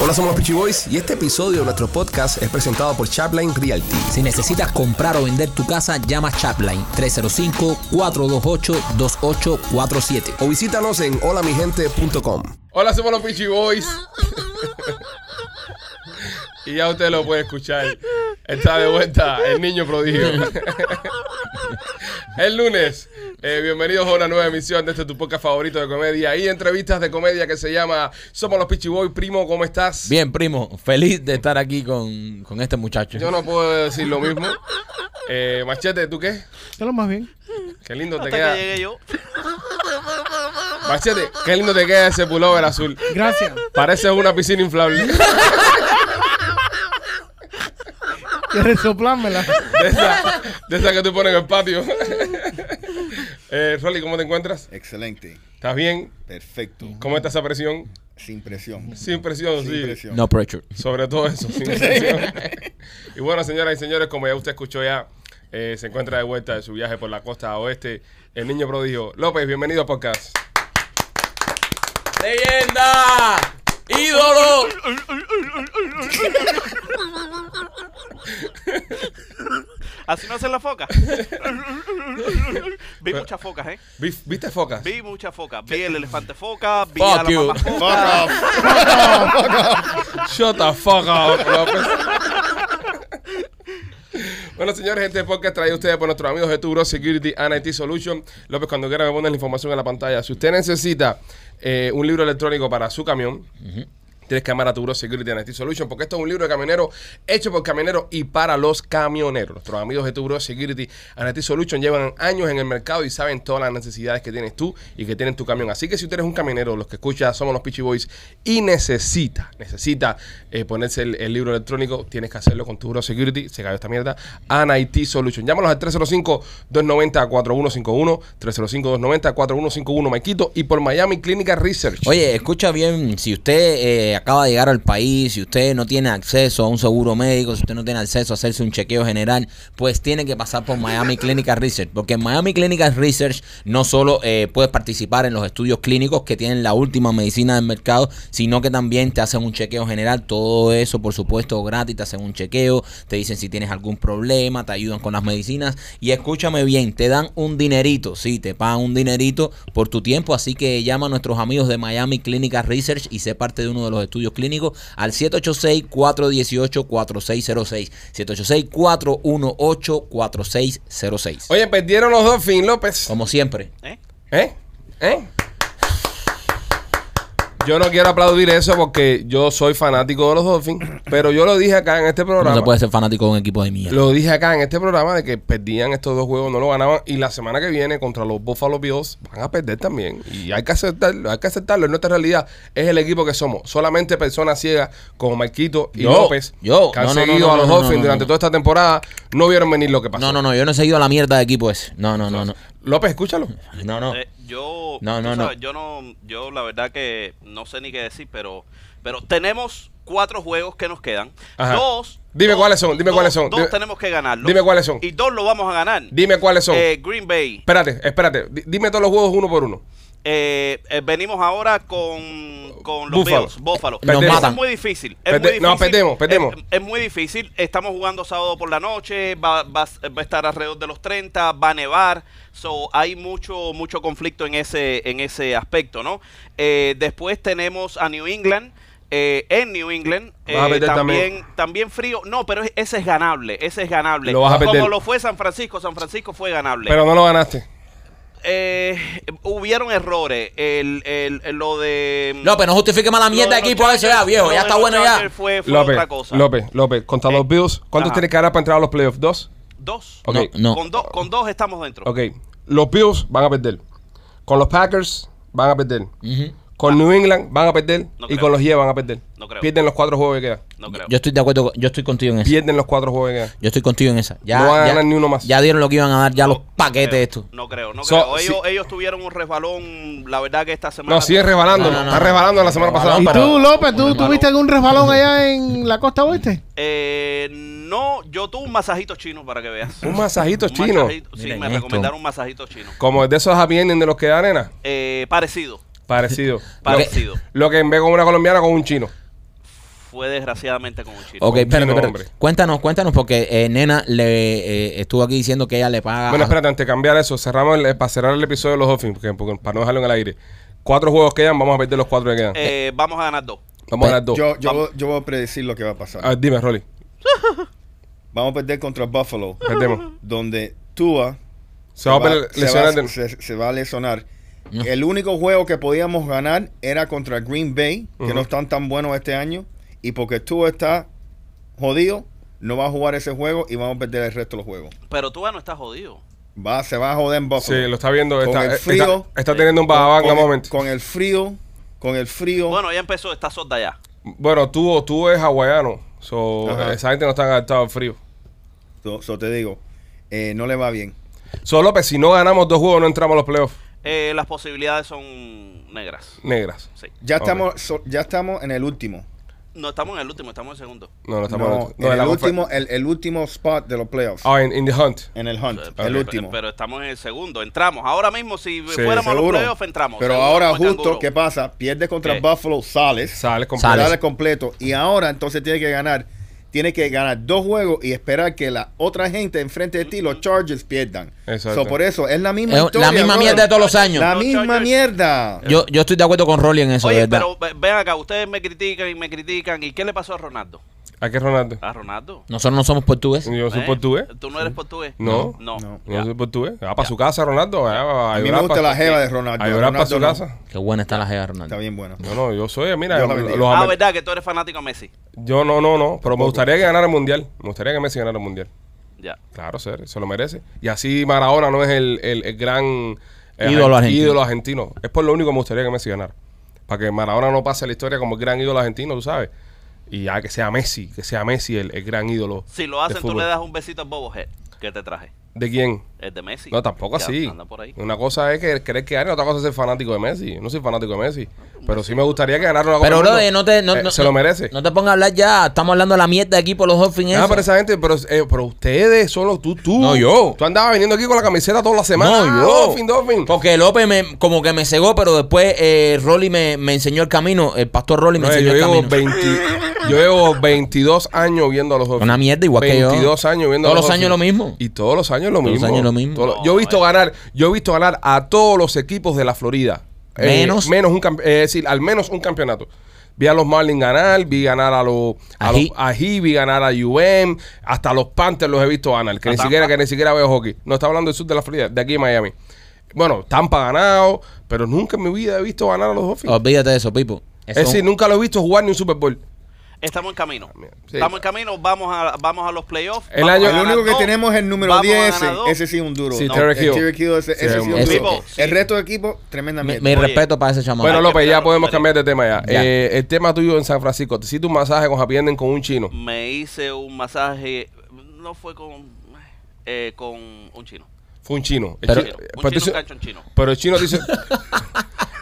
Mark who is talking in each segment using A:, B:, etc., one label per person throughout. A: Hola, somos los Peachy Boys y este episodio de nuestro podcast es presentado por Chapline Realty.
B: Si necesitas comprar o vender tu casa, llama Chapline 305-428-2847.
A: O visítanos en holamigente.com.
C: Hola, somos los Peachy Boys. y ya usted lo puede escuchar. Está de vuelta el niño prodigio. el lunes. eh, bienvenidos a una nueva emisión de este tu podcast favorito de comedia y entrevistas de comedia que se llama Somos los Peachy Boys. Primo, ¿cómo estás?
D: Bien, primo, feliz de estar aquí con, con este muchacho.
C: Yo no puedo decir lo mismo. Eh, machete, ¿tú qué?
E: Ya lo más bien.
C: Qué lindo te
F: Hasta
C: queda.
F: que llegué yo.
C: Machete, qué lindo te queda ese pullover azul.
E: Gracias.
C: Parece una piscina inflable.
E: Y resoplármela.
C: De esa, de esa que tú pones en el patio. Eh, Rolly, ¿cómo te encuentras?
G: Excelente,
C: ¿Estás bien?
G: perfecto,
C: ¿Cómo está esa presión?
G: sin presión.
C: Sin presión,
G: Sin
C: sí.
G: presión.
D: No pressure.
C: Sobre todo eso, sin presión. y bueno, señoras y señores, como ya usted escuchó ya, eh, se encuentra de vuelta de su viaje por la costa oeste, el niño prodigio. López, bienvenido a podcast.
D: ¡Leyenda! ¡Ídolo!
F: Así no hacen las focas. vi muchas focas, ¿eh?
C: Vi- ¿Viste focas?
F: Vi muchas focas. Vi el elefante foca, vi
D: Fuck
F: a la
D: you.
F: mamá
G: Fuck
F: foca.
G: off.
C: Shut the fuck up, López. Bueno, señores, este podcast traído a ustedes por nuestros amigos de Turo Security and IT Solution. López, cuando quiera me ponen la información en la pantalla. Si usted necesita eh, un libro electrónico para su camión, tienes que llamar a Turo Security and IT Solution, porque esto es un libro de camioneros hecho por camioneros y para los camioneros. Nuestros amigos de Turo Security and IT Solution llevan años en el mercado y saben todas las necesidades que tienes tú y que tienen tu camión. Así que si usted eres un camionero, los que escucha somos los Pitchy Boys y necesita, necesita eh, ponerse el, el libro electrónico, tienes que hacerlo con Turo Security, se cayó esta mierda, an IT Solution. Llámalos al 305-290-4151, 305-290-4151, Maquito, y por Miami Clinical Research.
D: Oye, escucha bien, si usted eh, acaba de llegar al país, si usted no tiene acceso a un seguro médico, si usted no tiene acceso a hacerse un chequeo general, pues tiene que pasar por Miami Clinical Research, porque en Miami Clinical Research no solo eh, puedes participar en los estudios clínicos que tienen la última medicina del mercado, sino que también te hacen un chequeo general, todo eso por supuesto gratis, te hacen un chequeo, te dicen si tienes algún problema, te ayudan con las medicinas y escúchame bien, te dan un dinerito, sí, te pagan un dinerito por tu tiempo, así que llama a nuestros amigos de Miami Clinical Research y sé parte de uno de los estudios clínicos al 786-418-4606, 786-418-4606.
C: Oye, perdieron los Dolphins, López.
D: Como siempre.
F: ¿Eh?
C: ¿Eh? ¿Eh? Yo no quiero aplaudir eso porque yo soy fanático de los Dolphins, pero yo lo dije acá en este
D: No
C: programa.
D: se puede ser fanático de un equipo de mierda.
C: Lo dije acá en este programa de que perdían estos dos juegos, no lo ganaban. Y la semana que viene contra los Buffalo Bills van a perder también. Y hay que aceptarlo, hay que aceptarlo. En nuestra realidad es el equipo que somos. Solamente personas ciegas como Marquito y
D: Yo,
C: López
D: yo.
C: que han
D: No, no, no,
C: seguido
D: no,
C: a los
D: no,
C: Dolphins
D: no, no,
C: durante
D: no.
C: toda esta temporada no vieron venir lo que pasó.
D: No, no, no, yo no he seguido la mierda de equipo ese. No, no, no, no.
C: López, escúchalo.
D: No, no.
F: Eh, yo,
D: No,
F: tú
D: no, no.
F: sabes, yo no, yo la verdad que no sé ni qué decir, pero, pero tenemos cuatro juegos que nos quedan.
C: Ajá.
F: Dos.
C: Dime
F: dos-
C: cuáles son, dime
F: dos-
C: cuáles son,
F: Dos
C: dime-
F: tenemos que ganarlos.
C: dime cuáles son.
F: Y dos lo vamos a ganar.
C: Dime cuáles son.
F: Eh, Green Bay.
C: Espérate, espérate. Di- Dime todos los juegos uno por uno.
F: Eh, eh, venimos ahora con, con los
C: Búfalo.
F: Bills, Búfalo.
C: Nos
F: Eso
D: matan.
F: Es muy difícil.
C: Perde-
F: Es muy difícil.
C: no, perdemos, perdemos.
F: Es, es muy difícil. Estamos jugando sábado por la noche. Va, va- va a estar alrededor de los 30. Va a nevar. So, hay mucho mucho conflicto en ese en ese aspecto, ¿no? Eh, después tenemos a New England. eh, en New England
C: Vas a
F: eh,
C: perder también.
F: también también frío no pero es- ese es ganable ese es ganable
C: Lo vas a perder.
F: como lo fue San Francisco San Francisco fue ganable
C: Pero no lo ganaste.
F: eh, hubieron errores. El, el, el- lo de. mm,
D: López, no justifique más la mierda de
F: lo de
D: equipo ese, ya, viejo.
F: lo
D: Ya
F: de
D: está
F: los
D: bueno ya.
F: Chargers Fue, fue
C: López,
F: otra cosa.
C: López, López, contra
F: Eh,
C: los Bills, ¿cuántos
F: ajá.
C: tienes que ganar para entrar a los playoffs? ¿Dos?
F: Dos.
C: Ok.
D: No, no.
F: Con, dos con dos estamos dentro.
C: Ok, los Bills van a perder. Con los Packers van a perder.
D: Ujú.
C: Con New England van a perder.
F: No
C: y
F: creo.
C: con los Jets van a perder.
F: No creo.
C: Pierden los cuatro juegos que quedan.
F: No creo.
D: Yo estoy de acuerdo, con- yo estoy contigo en eso.
C: Pierden los cuatro juegos que quedan.
D: Yo estoy contigo en esa. Ya,
C: No van a
D: ya-
C: ganar ni uno más.
D: Ya dieron lo que iban a dar, ya los paquetes
F: creo,
D: estos.
F: No creo, no
C: So,
F: creo. Ellos,
C: si-
F: ellos tuvieron un resbalón, la verdad que esta semana.
C: No, siguen resbalando.
D: No, no, no.
C: Están resbalando la semana pasada.
E: ¿Y tú,
C: pero-
E: López, tú tuviste algún resbalón allá en la costa oeste?
F: Eh, no, yo tuve un masajito chino para que veas.
C: Un masajito
F: Un
C: chino.
F: masajito- sí,
D: Miren
F: me
D: esto.
F: recomendaron un masajito chino.
C: Como de esos happy ending de los que dan arena.
F: Eh, parecido.
C: Parecido.
F: Parecido.
C: Lo que en vez con una colombiana con un chino.
F: fue desgraciadamente con un chino.
D: Ok,
C: Con
D: espérate,
C: chino,
D: espérate.
C: hombre.
D: Cuéntanos, cuéntanos, porque eh, Nena le eh, estuvo aquí diciendo que ella le paga.
C: Bueno, espérate, antes de cambiar eso, cerramos el, eh, para cerrar el episodio de los Dolphins, porque, porque- para no dejarlo en el aire. Cuatro juegos quedan, vamos a perder los cuatro que quedan.
F: Eh, vamos a ganar dos.
C: vamos a ganar dos.
G: Yo, yo, yo voy a predecir lo que va a pasar.
C: Ah, dime, Rolly.
G: Vamos a perder contra Buffalo,
C: Perdemos.
G: donde Tua
C: Se va a perder-
G: se
C: lesionar
G: va-
C: de-
G: se- se va a lesionar. El único juego que podíamos ganar era contra Green Bay, que
C: Ujú.
G: no están tan buenos este año. Y porque Tua está jodido, no va a jugar ese juego y vamos a perder el resto de los juegos.
F: Pero tú no estás jodido.
G: Va, se va a joder en Buffalo.
C: Sí, lo está viendo.
G: Con
C: Está,
G: el
C: eh,
G: frío.
C: está, está teniendo un bajabanga
G: con,
C: un
G: el-
C: momento.
G: con el frío, con el frío.
F: Bueno, ya empezó, está sorda ya.
C: Bueno, tú, tú eres hawaiano. So, eh,
G: Ajá.
C: esa gente no está adaptada al frío.
G: So, so te digo, eh, no le va bien.
C: So, López, si no ganamos dos juegos, no entramos a los playoffs
F: Eh, las posibilidades son negras.
C: negras.
F: Sí.
G: Ya
C: Ok.
G: estamos, so- ya estamos en el último.
F: No estamos en el último, estamos en el segundo.
C: No, no estamos
G: No,
C: no,
G: en
C: la confer-
G: el último, el, el último spot de los playoffs.
C: Ah, en in the hunt.
G: En el hunt,
F: Eh,
G: el
F: pero-
G: último.
F: Pero, pero estamos en el segundo. Entramos. Ahora mismo, si
C: Sí,
F: fuéramos a los
G: Seguro.
F: playoffs, entramos.
G: Pero
F: Seguro,
G: ahora
F: no es
G: justo,
F: canguro.
G: ¿qué pasa? Pierdes contra
F: Eh.
G: Buffalo, sales.
C: Sales con
D: Sales.
G: sales completo. Y ahora entonces tiene que ganar. Tiene que ganar dos juegos y esperar que la otra gente enfrente de ti, los Chargers, pierdan.
C: Exacto.
G: So, por eso es la misma
D: Es
G: historia,
D: la misma
G: brother.
D: mierda de todos los años.
G: La
F: Los
G: misma
F: Chargers-
G: mierda.
D: Yo, yo estoy de acuerdo con Rolly en eso, de
F: Oye,
D: verdad.
F: pero ve- ven acá, ustedes me critican y me critican. ¿Y qué le pasó a Ronaldo?
C: Aquí es Ronaldo.
F: A Ronaldo.
D: Nosotros no somos portugueses.
C: Yo soy
F: Ah, ¿Eh?
C: portugués.
F: ¿Tú no eres portugués?
C: No.
F: No.
G: No.
C: Yo
F: Ya.
C: soy portugués. Va para eh. Ah, su casa, Ronaldo. vaya a
G: A mí me
C: llorar
G: gusta
C: pa'
G: la
C: su-
G: jeva de Ronaldo.
C: A llorar para
G: Ronaldo
C: su
G: no.
C: casa.
D: Qué buena está la jeva,
G: Está
D: Ronaldo.
G: bien buena.
C: No, no, yo soy, mira,
G: Dios la
C: los
G: bendiga.
C: amer-
F: Ah, verdad que tú eres fanático a Messi.
C: yo no, no, no, pero me gustaría que ganara el mundial. Me gustaría que Messi ganara el mundial.
F: Ya.
C: Claro, se, se lo merece. Y así Maradona no es el, el- el gran eh,
D: Ídolo
C: ar-
D: argentino.
C: ídolo argentino. Es por lo único que me gustaría que Messi ganara. Para que Maradona no pase la historia como el gran ídolo argentino, tú sabes. Y ya que sea Messi, que sea Messi el, el gran ídolo.
F: Si lo
C: de
F: hacen, tú
C: fútbol.
F: le das un besito a Bobo Head que te traje.
C: ¿De quién?
F: Es de Messi.
C: No, tampoco
F: Ya,
C: así.
F: Anda por ahí.
C: Una cosa es que creer que gane, otra cosa es ser fanático de Messi. Yo No soy fanático de Messi. Pero sí me gustaría que ganara una Copa
D: Pero,
C: del
D: brother,
C: Mundo.
D: no te. No,
C: Eh,
D: no-
C: se lo merece.
D: No te pongas a hablar ya. Estamos hablando de la mierda de equipo, los Dolphins.
C: Ah,
D: eso.
C: pero esa gente, pero, eh, pero ustedes, solo tú, tú.
D: No, yo.
C: Tú andabas viniendo aquí con la camiseta toda la semana.
D: No,
C: Ah,
D: yo.
C: Dolphin, Dolphin.
D: Porque López me, como que me cegó, pero después eh, Rolly me, me enseñó el camino. El pastor Rolly me
C: No,
D: enseñó
C: yo,
D: el
C: llevo
D: camino.
C: 20 yo llevo 22 años viendo a los Dolphins.
D: Una mierda igual que yo.
C: 22 años viendo
D: Todos los años
C: Dolphins.
D: lo mismo.
C: Y todos los años lo
D: Todos los
C: mismo.
D: años lo mismo.
C: Todos los-
F: No,
C: yo he visto
F: eh.
C: ganar, yo he visto ganar a todos los equipos de la Florida. Eh,
D: Menos-
C: menos un campe- eh, es decir, al menos un campeonato. Vi a los Marlins ganar, vi ganar a los a
D: Ají.
C: los Ají, vi ganar a UM, hasta los Panthers los he visto ganar, que
F: A
C: ni
F: Tampa.
C: siquiera que ni siquiera veo hockey. No está hablando del sur de la Florida, de aquí en Miami. Bueno, Tampa ganado, pero nunca en mi vida he visto ganar a los Dolphins.
D: Olvídate de eso, Pipo.
C: es
D: Eso
C: decir, nunca lo he visto jugar ni un Super Bowl.
F: Estamos en camino.
C: Sí.
F: Estamos en camino. Vamos a, vamos a los playoffs.
C: El
F: vamos
C: año-
F: a
G: El
F: ganar
G: único que
F: dos,
G: tenemos es el número
F: vamos a
G: 10.
F: ganar dos.
G: Ese sí es un duro.
C: Sí,
G: No,
C: Tyreek
G: el
C: Hill.
G: Tyreek Hill, ese,
C: Sí,
G: ese sí es un
D: ese-
G: duro.
F: sí.
G: El resto de equipo, tremenda
D: mi,
G: mierda.
D: mi
F: Oye.
D: respeto para ese chamán.
C: Bueno,
F: Hay que
C: López,
F: empezar
C: ya
F: a
C: podemos
F: recuperar.
C: cambiar de tema ya.
D: Ya.
C: Eh, el tema tuyo en San Francisco, te hiciste un masaje con Happy Ending con un chino.
F: Me hice un masaje. No fue con. eh, con un chino.
C: Fue un chino. El
D: Pero-
C: chi-
F: Chino,
C: eh,
F: un
C: pero, tú
F: chino, un
C: dices-
F: canchón chino.
C: pero el chino dice...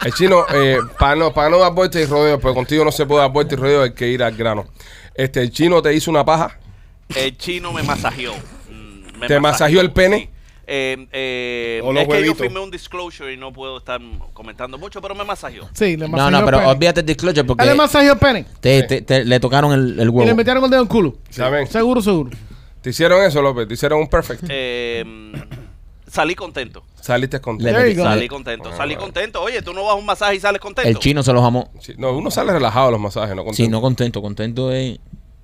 C: El chino, eh, para no, pa' no dar vueltas y rodeos, porque contigo no se puede dar vueltas y rodeos, hay que ir al grano. Este, el chino te hizo una paja.
F: El chino me masajeó. Mm, me
C: ¿Te masajeó el pene?
F: sí. Eh, eh,
G: O los
F: es que yo
G: huevitos.
F: firmé un disclosure y no puedo estar comentando mucho, pero me masajeó.
E: Sí, le
D: no,
E: masajeó
D: no,
E: el
D: pero
E: pene.
D: olvídate el disclosure porque
E: Él le masajeó el pene.
D: te, te- te- le tocaron el, el
E: Y le
D: huevo.
E: metieron el dedo en el culo.
C: ¿Saben?
E: Seguro, seguro.
C: Te hicieron eso, López. Te hicieron un perfect.
F: Eh, salí contento.
C: Saliste con...
D: Le
E: There
D: metí-
E: you go.
F: Salí contento,
G: ah,
F: salí contento. Oye, tú no vas a un masaje y sales contento.
D: Eh, El chino se los amó.
C: Sí, No, uno sale relajado de los masajes, ¿no?
D: Sí, no contento, contento de...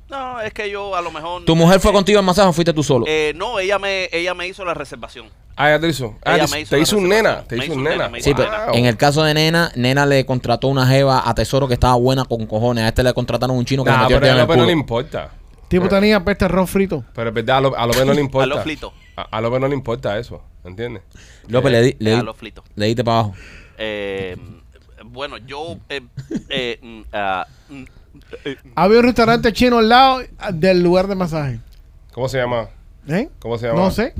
F: No, es que yo a lo mejor.
D: ¿Tu mujer fue contigo al masaje o fuiste tú solo?
F: Eh, no, ella me, ella me hizo la reservación.
C: Ah, ya te hizo. Ah,
F: Ella
C: te-
F: me hizo
C: te
F: la
C: hizo un
F: reservación.
C: nena. Te
F: Me
C: hizo
F: hizo
C: un
F: un
C: nena.
F: nena, me hizo
D: Sí,
F: Ah,
D: pero
F: wow.
D: en el caso de Nena, Nena le contrató una jeva a Tesoro que estaba buena con cojones. A este le contrataron un chino que
C: Nah,
D: le metió el
C: pero
D: dedo
C: a
D: en el
C: López no le
D: culo.
C: importa.
E: Tipo tenía peste ron frito.
C: Pero es verdad, a López, a López no le importa.
F: los flitos.
C: A, a López no le importa eso, ¿entiendes?
D: López, le, di- le,
F: a
D: di-
F: los flitos.
D: le diste para abajo.
F: Eh, bueno, yo. eh, eh, mm, ah, mm, eh,
E: Había un restaurante chino al lado del lugar de masaje.
C: ¿Cómo se llama?
E: ¿Eh?
C: ¿Cómo se llama?
E: No sé.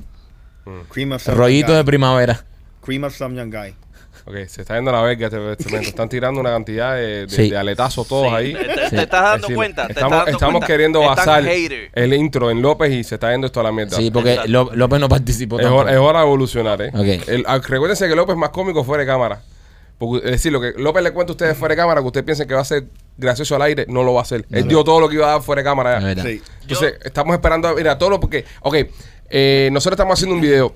G: Cream of some
D: Rollito de
G: young guy.
D: primavera.
G: Cream of some young guy.
C: Ok, se está yendo a la verga este vestimenta. Están tirando una cantidad de, de-
D: Sí.
C: de aletazos todos
F: sí,
C: ahí.
F: Te, te-
C: Es
F: te estás dando
C: decir,
F: cuenta. te estás
C: Estamos,
F: dando
C: estamos
F: cuenta.
C: queriendo
F: Es tan
C: basar
F: hater.
C: el intro en López y se está yendo esto a la mierda.
D: Sí, porque
F: Exacto.
D: Ló- López no participó
C: es, hora, es
D: tampoco.
C: hora de evolucionar, ¿eh?
D: Ok.
C: El- ah, recuérdense que López es más cómico fuera de cámara. Porque, es decir, lo que López le cuenta a ustedes fuera de cámara, que ustedes piensen que va a ser gracioso al aire, no lo va a hacer. Él dio todo lo que iba a dar fuera de cámara.
D: Es
C: ya.
D: verdad.
G: Sí.
C: Entonces, estamos esperando a, mira, todo lo porque, ok, eh, nosotros estamos haciendo un video.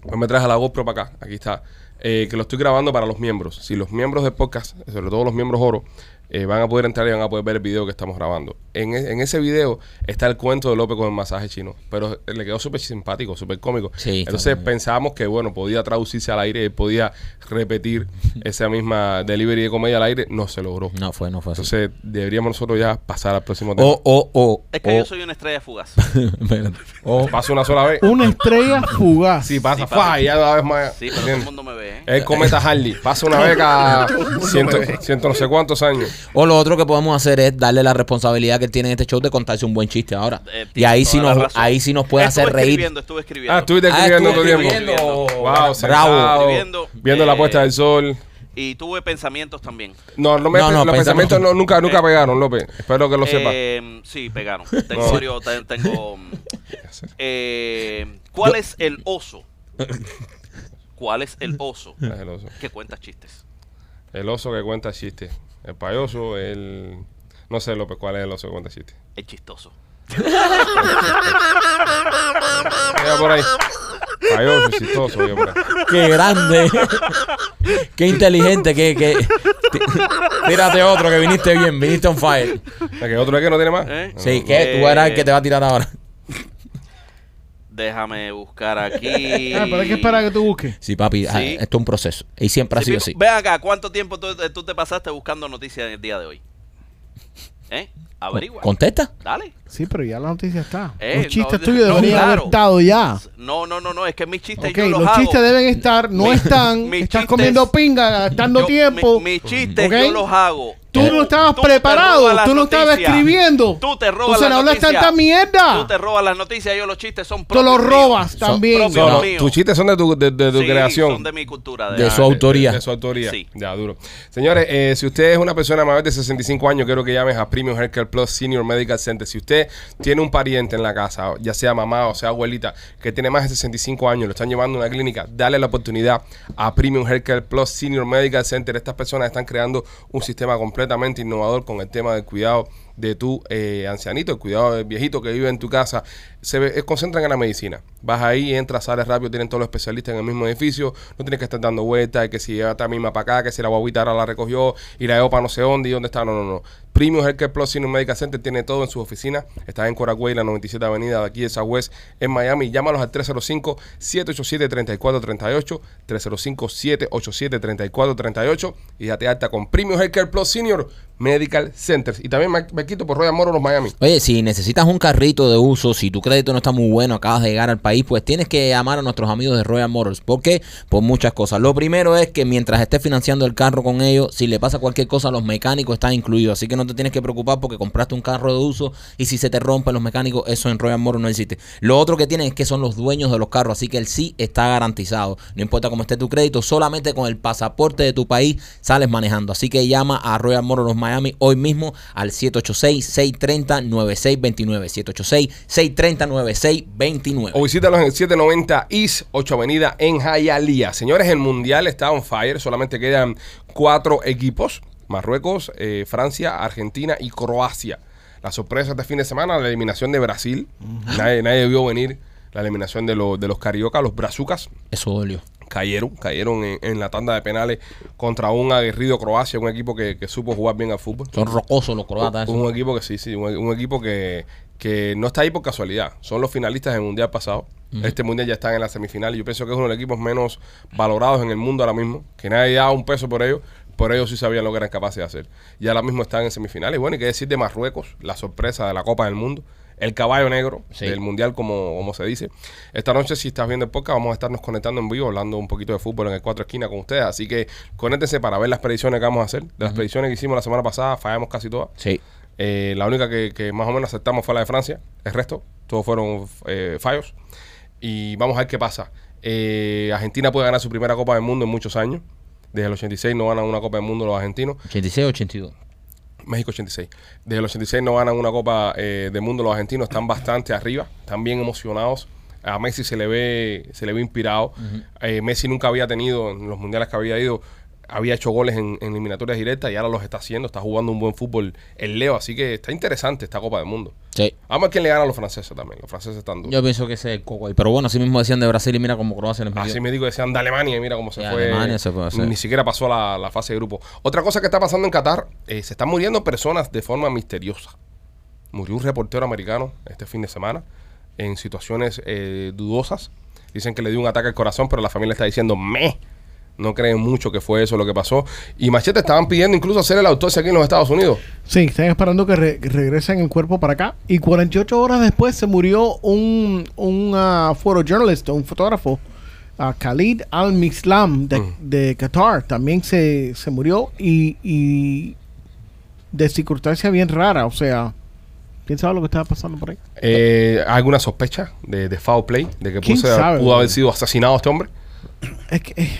C: Pues me traes a la GoPro para acá, aquí está. eh, que lo estoy grabando para los miembros. Si los miembros del podcast, sobre todo los miembros oro, eh, van a poder entrar y van a poder ver el video que estamos grabando. En, e- en ese video está el cuento de López con el masaje chino, pero eh, le quedó súper simpático, súper cómico.
D: Sí, está
C: Entonces
D: bueno.
C: pensábamos que, bueno, podía traducirse al aire, podía repetir esa misma delivery de comedia al aire. No se logró.
D: No fue, no fue así.
C: Entonces deberíamos nosotros ya pasar al próximo tema.
D: O, o, o.
F: Es que
D: o-
F: yo soy una estrella fugaz.
D: Espérate. O-
C: Pasa una sola vez.
E: Una estrella fugaz.
C: Sí, pasa.
F: Sí, pasa.
C: ¡fua! y ya cada vez más.
F: Sí, pero todo el
C: ¿entiendes?
F: mundo me ve. ¿eh?
C: El cometa Harley. Pasa una vez cada ciento, ciento no sé cuántos años.
D: O lo otro que podemos hacer es darle la responsabilidad que él tiene en este show de contarse un buen chiste ahora.
F: Eh,
D: y ahí
F: tienes
D: sí,
F: toda la
D: nos,
F: razón.
D: ahí sí nos puede
F: Estuve
D: hacer reír.
F: Escribiendo, estuve escribiendo.
C: Ah, estuviste
D: Ah,
C: escribiendo
D: estuve
C: todo el tiempo.
D: escribiendo.
C: Wow,
D: Bravo.
C: sentado,
F: Oh, Escribiendo,
C: Viendo la
F: eh,
C: puesta del sol.
F: Y tuve pensamientos también.
C: No, no me-
D: No, no,
C: los
D: pensamos-
C: pensamientos no- nunca, nunca pegaron, López. Espero que lo sepas.
F: Eh, sí, pegaron. Tengo
C: No.
F: varios, te- tengo. mm, eh, ¿Cuál es el oso? ¿Cuál es el oso
C: Es el oso.
F: que cuenta chistes?
C: El oso que cuenta chistes. El payoso, el. No sé, López, cuál es el oso que cuenta chistes.
F: El chistoso.
C: Mira por ahí. Payoso, chistoso. oye, por ahí.
D: Qué grande. Qué inteligente. Qué, qué... Tí- Tírate otro que viniste bien. Viniste on fire.
C: O sea, que otro es que no tiene más.
F: ¿Eh?
D: Sí, que tú eras el que te va a tirar ahora.
F: Déjame buscar aquí.
E: Ah, pero hay que esperar a que tú busques.
D: Sí, papi. ah,
F: Sí.
D: esto es un proceso. Y siempre ha
F: Sí,
D: sido
F: Pico,
D: así.
F: Ven acá, ¿cuánto tiempo tú, eh, tú te pasaste buscando noticias en el día de hoy? ¿Eh? Averigua.
D: ¿Contesta?
F: Dale.
E: Sí, pero ya la noticia está.
F: Eh,
E: los
F: no,
E: chistes
F: no,
E: tuyos deberían
F: claro.
E: haber estado ya.
F: No, no, no, no, es que mis chistes
E: Ok,
F: yo los,
E: los
F: hago.
E: chistes deben estar, no
F: Mis-
E: están.
F: mis
E: estás
F: chistes-
E: comiendo pinga, gastando
F: Yo-
E: tiempo.
F: mi- Mis chistes
E: Ok.
F: yo los hago.
E: Tú no estabas
F: Tú te
E: preparado,
F: robas las
E: tú no estabas
F: noticias.
E: escribiendo.
F: Tú te robas
E: Tú se
F: las
E: le hablas
F: noticias.
E: tanta mierda.
F: Tú te robas las noticias, yo los chistes son
E: Tú lo
F: propios míos.
E: robas también.
F: propios
C: No, no,
F: mío.
C: tus chistes son de tu, de, de tu
F: Sí,
C: creación.
F: son de mi cultura.
D: De
F: verdad.
D: su autoría.
C: De, su autoría.
F: Sí.
C: Ya, duro. Señores, eh, si usted es una persona mayor de 65 años, quiero que llames a Premium Healthcare Plus Senior Medical Center. Si usted tiene un pariente en la casa, ya sea mamá o sea abuelita, que tiene más de 65 años, lo están llevando a una clínica, dale la oportunidad a Premium Healthcare Plus Senior Medical Center. Estas personas están creando un sistema completamente innovador con el tema del cuidado de tu eh, ancianito, el cuidado del viejito que vive en tu casa, se ve- eh, concentran en la medicina. Vas ahí, entras, sales rápido, tienen todos los especialistas en el mismo edificio, no tienes que estar dando vueltas, que si esta misma para acá, que si la guaguita ahora la recogió y la EOPA no sé dónde y dónde está, no, no, no. Premium Healthcare Plus Senior Medical Center tiene todo en su oficina, está en Coragüey, la 97 Avenida de aquí de Southwest, en Miami, llámalos al 305-787-3438, 305-787-3438 y date alta con Premium Healthcare Plus Senior Medical Centers. Y también me, me quito por Royal Moro los Miami.
D: Oye, si necesitas un carrito de uso, si tu crédito no está muy bueno, acabas de llegar al país, pues tienes que llamar a nuestros amigos de Royal Motors. ¿Por qué? Por muchas cosas. Lo primero es que mientras estés financiando el carro con ellos, si le pasa cualquier cosa, los mecánicos están incluidos. Así que no te tienes que preocupar porque compraste un carro de uso y si se te rompe los mecánicos, eso en Royal Motors no existe. Lo otro que tienen es que son los dueños de los carros, así que el sí está garantizado. No importa cómo esté tu crédito, solamente con el pasaporte de tu país sales manejando. Así que llama a Royal Motors Miami hoy mismo al 786-630-9629. 786-630-9629.
C: O visítalos en el 790 East 8 Avenida en Hialeah. Señores, el Mundial está on fire. Solamente quedan cuatro equipos. Marruecos, eh, Francia, Argentina y Croacia. La sorpresa este fin de semana, la eliminación de Brasil. Nadie, nadie vio venir la eliminación de, los de los cariocas, los brazucas.
D: Eso dolió.
C: Cayeron, cayeron en, en la tanda de penales contra un aguerrido Croacia, un equipo que, que supo jugar bien al fútbol.
D: Son rocosos los croatas. esos.
C: Un equipo que sí, sí, un, un equipo que, que no está ahí por casualidad. Son los finalistas del mundial pasado. Este mundial ya están en la semifinal y yo pienso que es uno de los equipos menos valorados en el mundo ahora mismo. Que nadie da un peso por ellos, por ellos sí sabían lo que eran capaces de hacer. Y ahora mismo están en semifinales. Y bueno, y qué decir de Marruecos, la sorpresa de la Copa del Mundo. El caballo negro
D: Sí.
C: del mundial, como, como se dice. Esta noche, si estás viendo el podcast, vamos a estarnos conectando en vivo, hablando un poquito de fútbol en el Cuatro Esquinas con ustedes. Así que conéctense para ver las predicciones que vamos a hacer. De las predicciones que hicimos la semana pasada, fallamos casi todas.
D: Sí.
C: Eh, la única que, que más o menos aceptamos fue la de Francia. El resto, todos fueron eh, fallos. Y vamos a ver qué pasa. Eh, Argentina puede ganar su primera Copa del Mundo en muchos años. Desde el 86 no ganan una Copa del Mundo los argentinos.
D: 86-82.
C: México 86. Desde el 86 no ganan una Copa eh, del Mundo los argentinos. Están bastante arriba. Están bien emocionados. A Messi se le ve, se le ve inspirado. Eh, Messi nunca había tenido en los mundiales que había ido había hecho goles en, en eliminatorias directas y ahora los está haciendo. Está jugando un buen fútbol el Leo, así que está interesante esta Copa del Mundo.
D: Sí.
C: Vamos a ver quién le gana a los franceses también. Los franceses están duros.
D: Yo pienso que ese es el coco ahí. Pero bueno, así mismo decían de Brasil y mira cómo Croacia les metió.
C: Así me digo, decían de Alemania y mira cómo se
D: Y
C: fue.
D: Alemania se fue, sí.
C: Ni siquiera pasó la, la fase de grupo. Otra cosa que está pasando en Qatar, eh, se están muriendo personas de forma misteriosa. Murió un reportero americano este fin de semana en situaciones eh, dudosas. Dicen que le dio un ataque al corazón, pero la familia está diciendo, me. No creen mucho que fue eso lo que pasó. Y Machete estaban pidiendo incluso hacer el autopsia aquí en los Estados Unidos.
E: Sí, están esperando que, re- que regresen el cuerpo para acá. Y 48 horas después se murió un, un ah, photojournalist, un fotógrafo, ah, Khalid Al-Mislam de,
G: Mm.
E: de Qatar. También se, se murió y, y de circunstancia bien rara. O sea, ¿quién sabe lo que estaba pasando por ahí?
C: Eh, ¿Hay alguna sospecha de, de foul play? ¿De que
E: ¿Quién
C: pudo
E: sabe,
C: ser- pudo
E: bro?
C: haber sido asesinado este hombre?
E: Es que eh,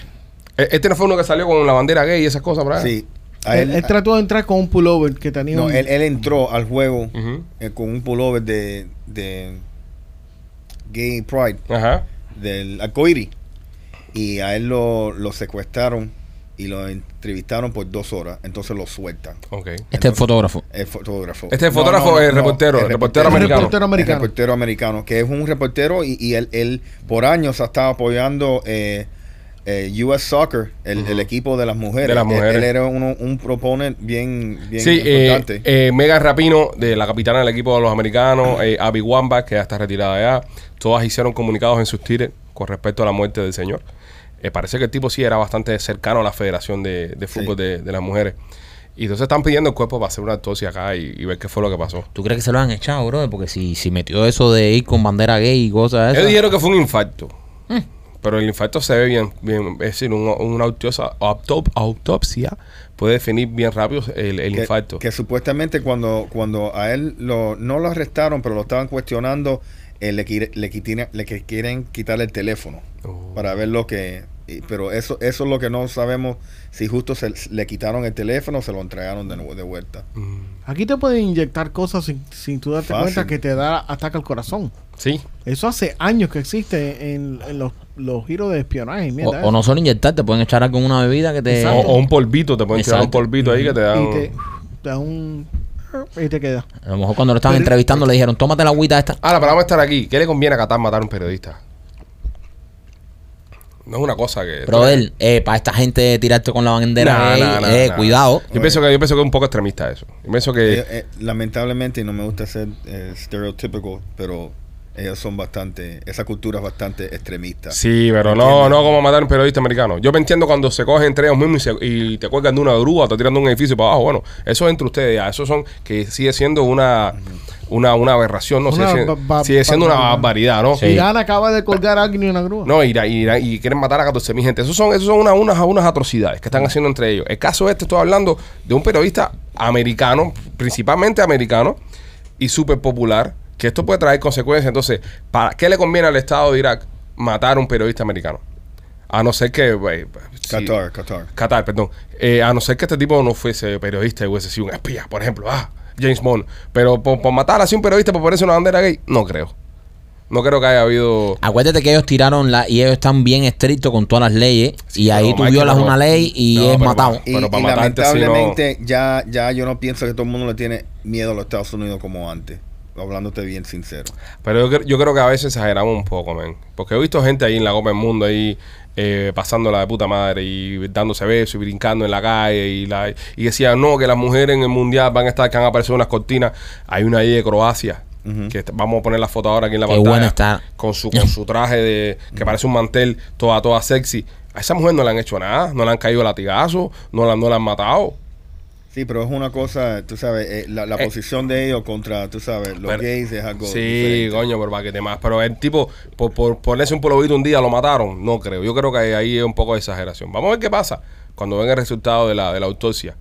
C: E- Este no fue uno que salió con la bandera gay y esas cosas, ¿verdad?
G: Sí. A
E: él,
G: él-
E: él trató de entrar con un pullover que tenía
G: no,
E: Eh, un-
G: él, él entró al juego
C: Ujú.
G: eh, con un pullover de, de Gay Pride
C: Ajá.
G: del arcoíris y a él lo, lo secuestraron y lo entrevistaron por dos horas. Entonces lo sueltan.
C: Ok.
D: Este es el fotógrafo.
G: El fotógrafo.
C: Este
G: No,
C: fotógrafo
G: no, no,
C: es
G: no,
C: reportero,
G: el
C: reportero
E: un
C: americano.
E: reportero
G: americano. El
E: americano.
G: reportero americano, que es un reportero y, y él, él por años ha estado apoyando eh, eh, US Soccer, el, el equipo de las mujeres.
C: De las
G: Él-
C: mujeres.
G: Él, era uno- un proponente bien, bien
C: sí, eh,
G: importante.
C: eh, Megan Rapino, de la capitana del equipo de los americanos, eh, Abby Wambach, que ya está retirada ya, todas hicieron comunicados en sus tires con respecto a la muerte del señor. Eh, parece que el tipo sí era bastante cercano a la Federación de, de Fútbol
G: Sí.
C: de, de las Mujeres. Y entonces están pidiendo el cuerpo para hacer una autopsia acá y, y ver qué fue lo que pasó.
D: ¿Tú crees que se lo han echado, bro? Porque si, si metió eso de ir con bandera gay y cosas de
C: Ellos
D: esas.
C: dijeron que fue un infarto. Pero el infarto se ve bien, bien es decir, un- una autopsia, autop- autopsia puede definir bien rápido el, el
G: que,
C: infarto.
G: que supuestamente cuando, cuando a él lo, no lo arrestaron, pero lo estaban cuestionando, eh, le, qui- le, quitina- le que quieren quitar el teléfono
C: Oh.
G: para ver lo que... y- Pero eso, eso es lo que no sabemos si justo se, le quitaron el teléfono o se lo entregaron de, nu- de vuelta.
E: Aquí te pueden inyectar cosas sin, sin tú darte
G: Fácil.
E: cuenta que te da ataque al corazón.
C: Sí,
E: Eso hace años que existe en, en los, los giros de espionaje.
D: O,
E: mierda,
D: o no solo inyectar, te pueden echar algo en una bebida que te.
C: O, o un polvito, te pueden tirar un
D: Exacto.
C: polvito ahí que te
E: eso.
C: dan.
E: Y te, te da un... Y te queda.
D: A lo mejor cuando lo estaban
E: Pero-
D: entrevistando le dijeron, tómate la agüita esta.
C: Ahora, para vamos a estar aquí, ¿qué le conviene a Qatar matar a un periodista? No es una cosa que.
D: Pero él, eh, para esta gente tirarte con la bandera
C: Nah,
D: gay,
C: nah, nah,
D: eh,
C: nah.
D: cuidado.
C: Yo pienso, que, yo pienso que es un poco extremista eso. Yo pienso que.
G: Eh, eh, lamentablemente, y no me gusta ser eh, stereotypical, pero ellos son bastante, esa cultura es bastante extremista.
C: sí, pero no, no como matar a un periodista americano. Yo me entiendo cuando se cogen entre ellos mismos y, se- y te cuelgan de una grúa, te tiran de un edificio para abajo. Bueno, eso es entre ustedes ya. Eso son. que sigue siendo una. Una, una aberración, ¿no?
E: Una
C: sigue siendo,
E: ba- ba-
C: sigue siendo una
E: barbaridad.
C: barbaridad, ¿no?
D: Sí.
E: Irán acaba de colgar a alguien en una grúa.
C: No, y, y, y quieren matar a 14 mil gente. Esos son, esos son una- unas, unas atrocidades que están haciendo entre ellos. El caso este, estoy hablando de un periodista americano, principalmente americano, y súper popular, que esto puede traer consecuencias. Entonces, ¿para qué le conviene al Estado de Irak matar a un periodista americano? A no ser que... güey, si-
G: Qatar, Qatar.
C: Qatar, perdón. Eh, a no ser que este tipo no fuese periodista y hubiese sido un espía, por ejemplo. Ah, James Bond. Pero por, por matar así un periodista por ponerse una bandera gay, no creo. No creo que haya habido...
D: Acuérdate que ellos tiraron la. Y ellos están bien estrictos con todas las leyes.
C: Sí,
D: y ahí
C: pero,
D: tú
C: Mike,
D: violas
C: pero-
D: una ley y
C: No,
D: es
C: pero-
D: matado.
G: Y,
C: Bueno, para
G: y
C: matarte, si no-
G: lamentablemente ya, ya yo no pienso que todo el mundo le tiene miedo a los Estados Unidos como antes. Hablándote bien sincero.
C: Pero yo, cre- yo creo que a veces exageramos un poco, men. Porque he visto gente ahí en la Copa del Mundo, ahí eh, pasándola de puta madre y dándose besos y brincando en la calle. Y, la, y decía, no, que las mujeres en el mundial van a estar, que han aparecido unas cortinas. Hay una ahí de Croacia. Que está- vamos a poner la foto ahora aquí en la
D: Qué
C: pantalla.
D: buena está.
C: Con su, con su traje de que parece un mantel, toda, toda sexy. A esa mujer no le han hecho nada, no le han caído latigazos, no la, no la han matado.
G: Sí, pero es una cosa, tú sabes, eh, la, la
C: Eh.
G: posición de ellos contra, tú sabes, los
C: Pero-
G: gays es algo.
C: Sí,
G: diferente.
C: coño, pero para que te más. Pero el tipo, por, por ponerse un polovito un día, lo mataron. No creo. Yo creo que ahí- ahí es un poco de exageración. Vamos a ver qué pasa cuando venga el resultado de la, de la autopsia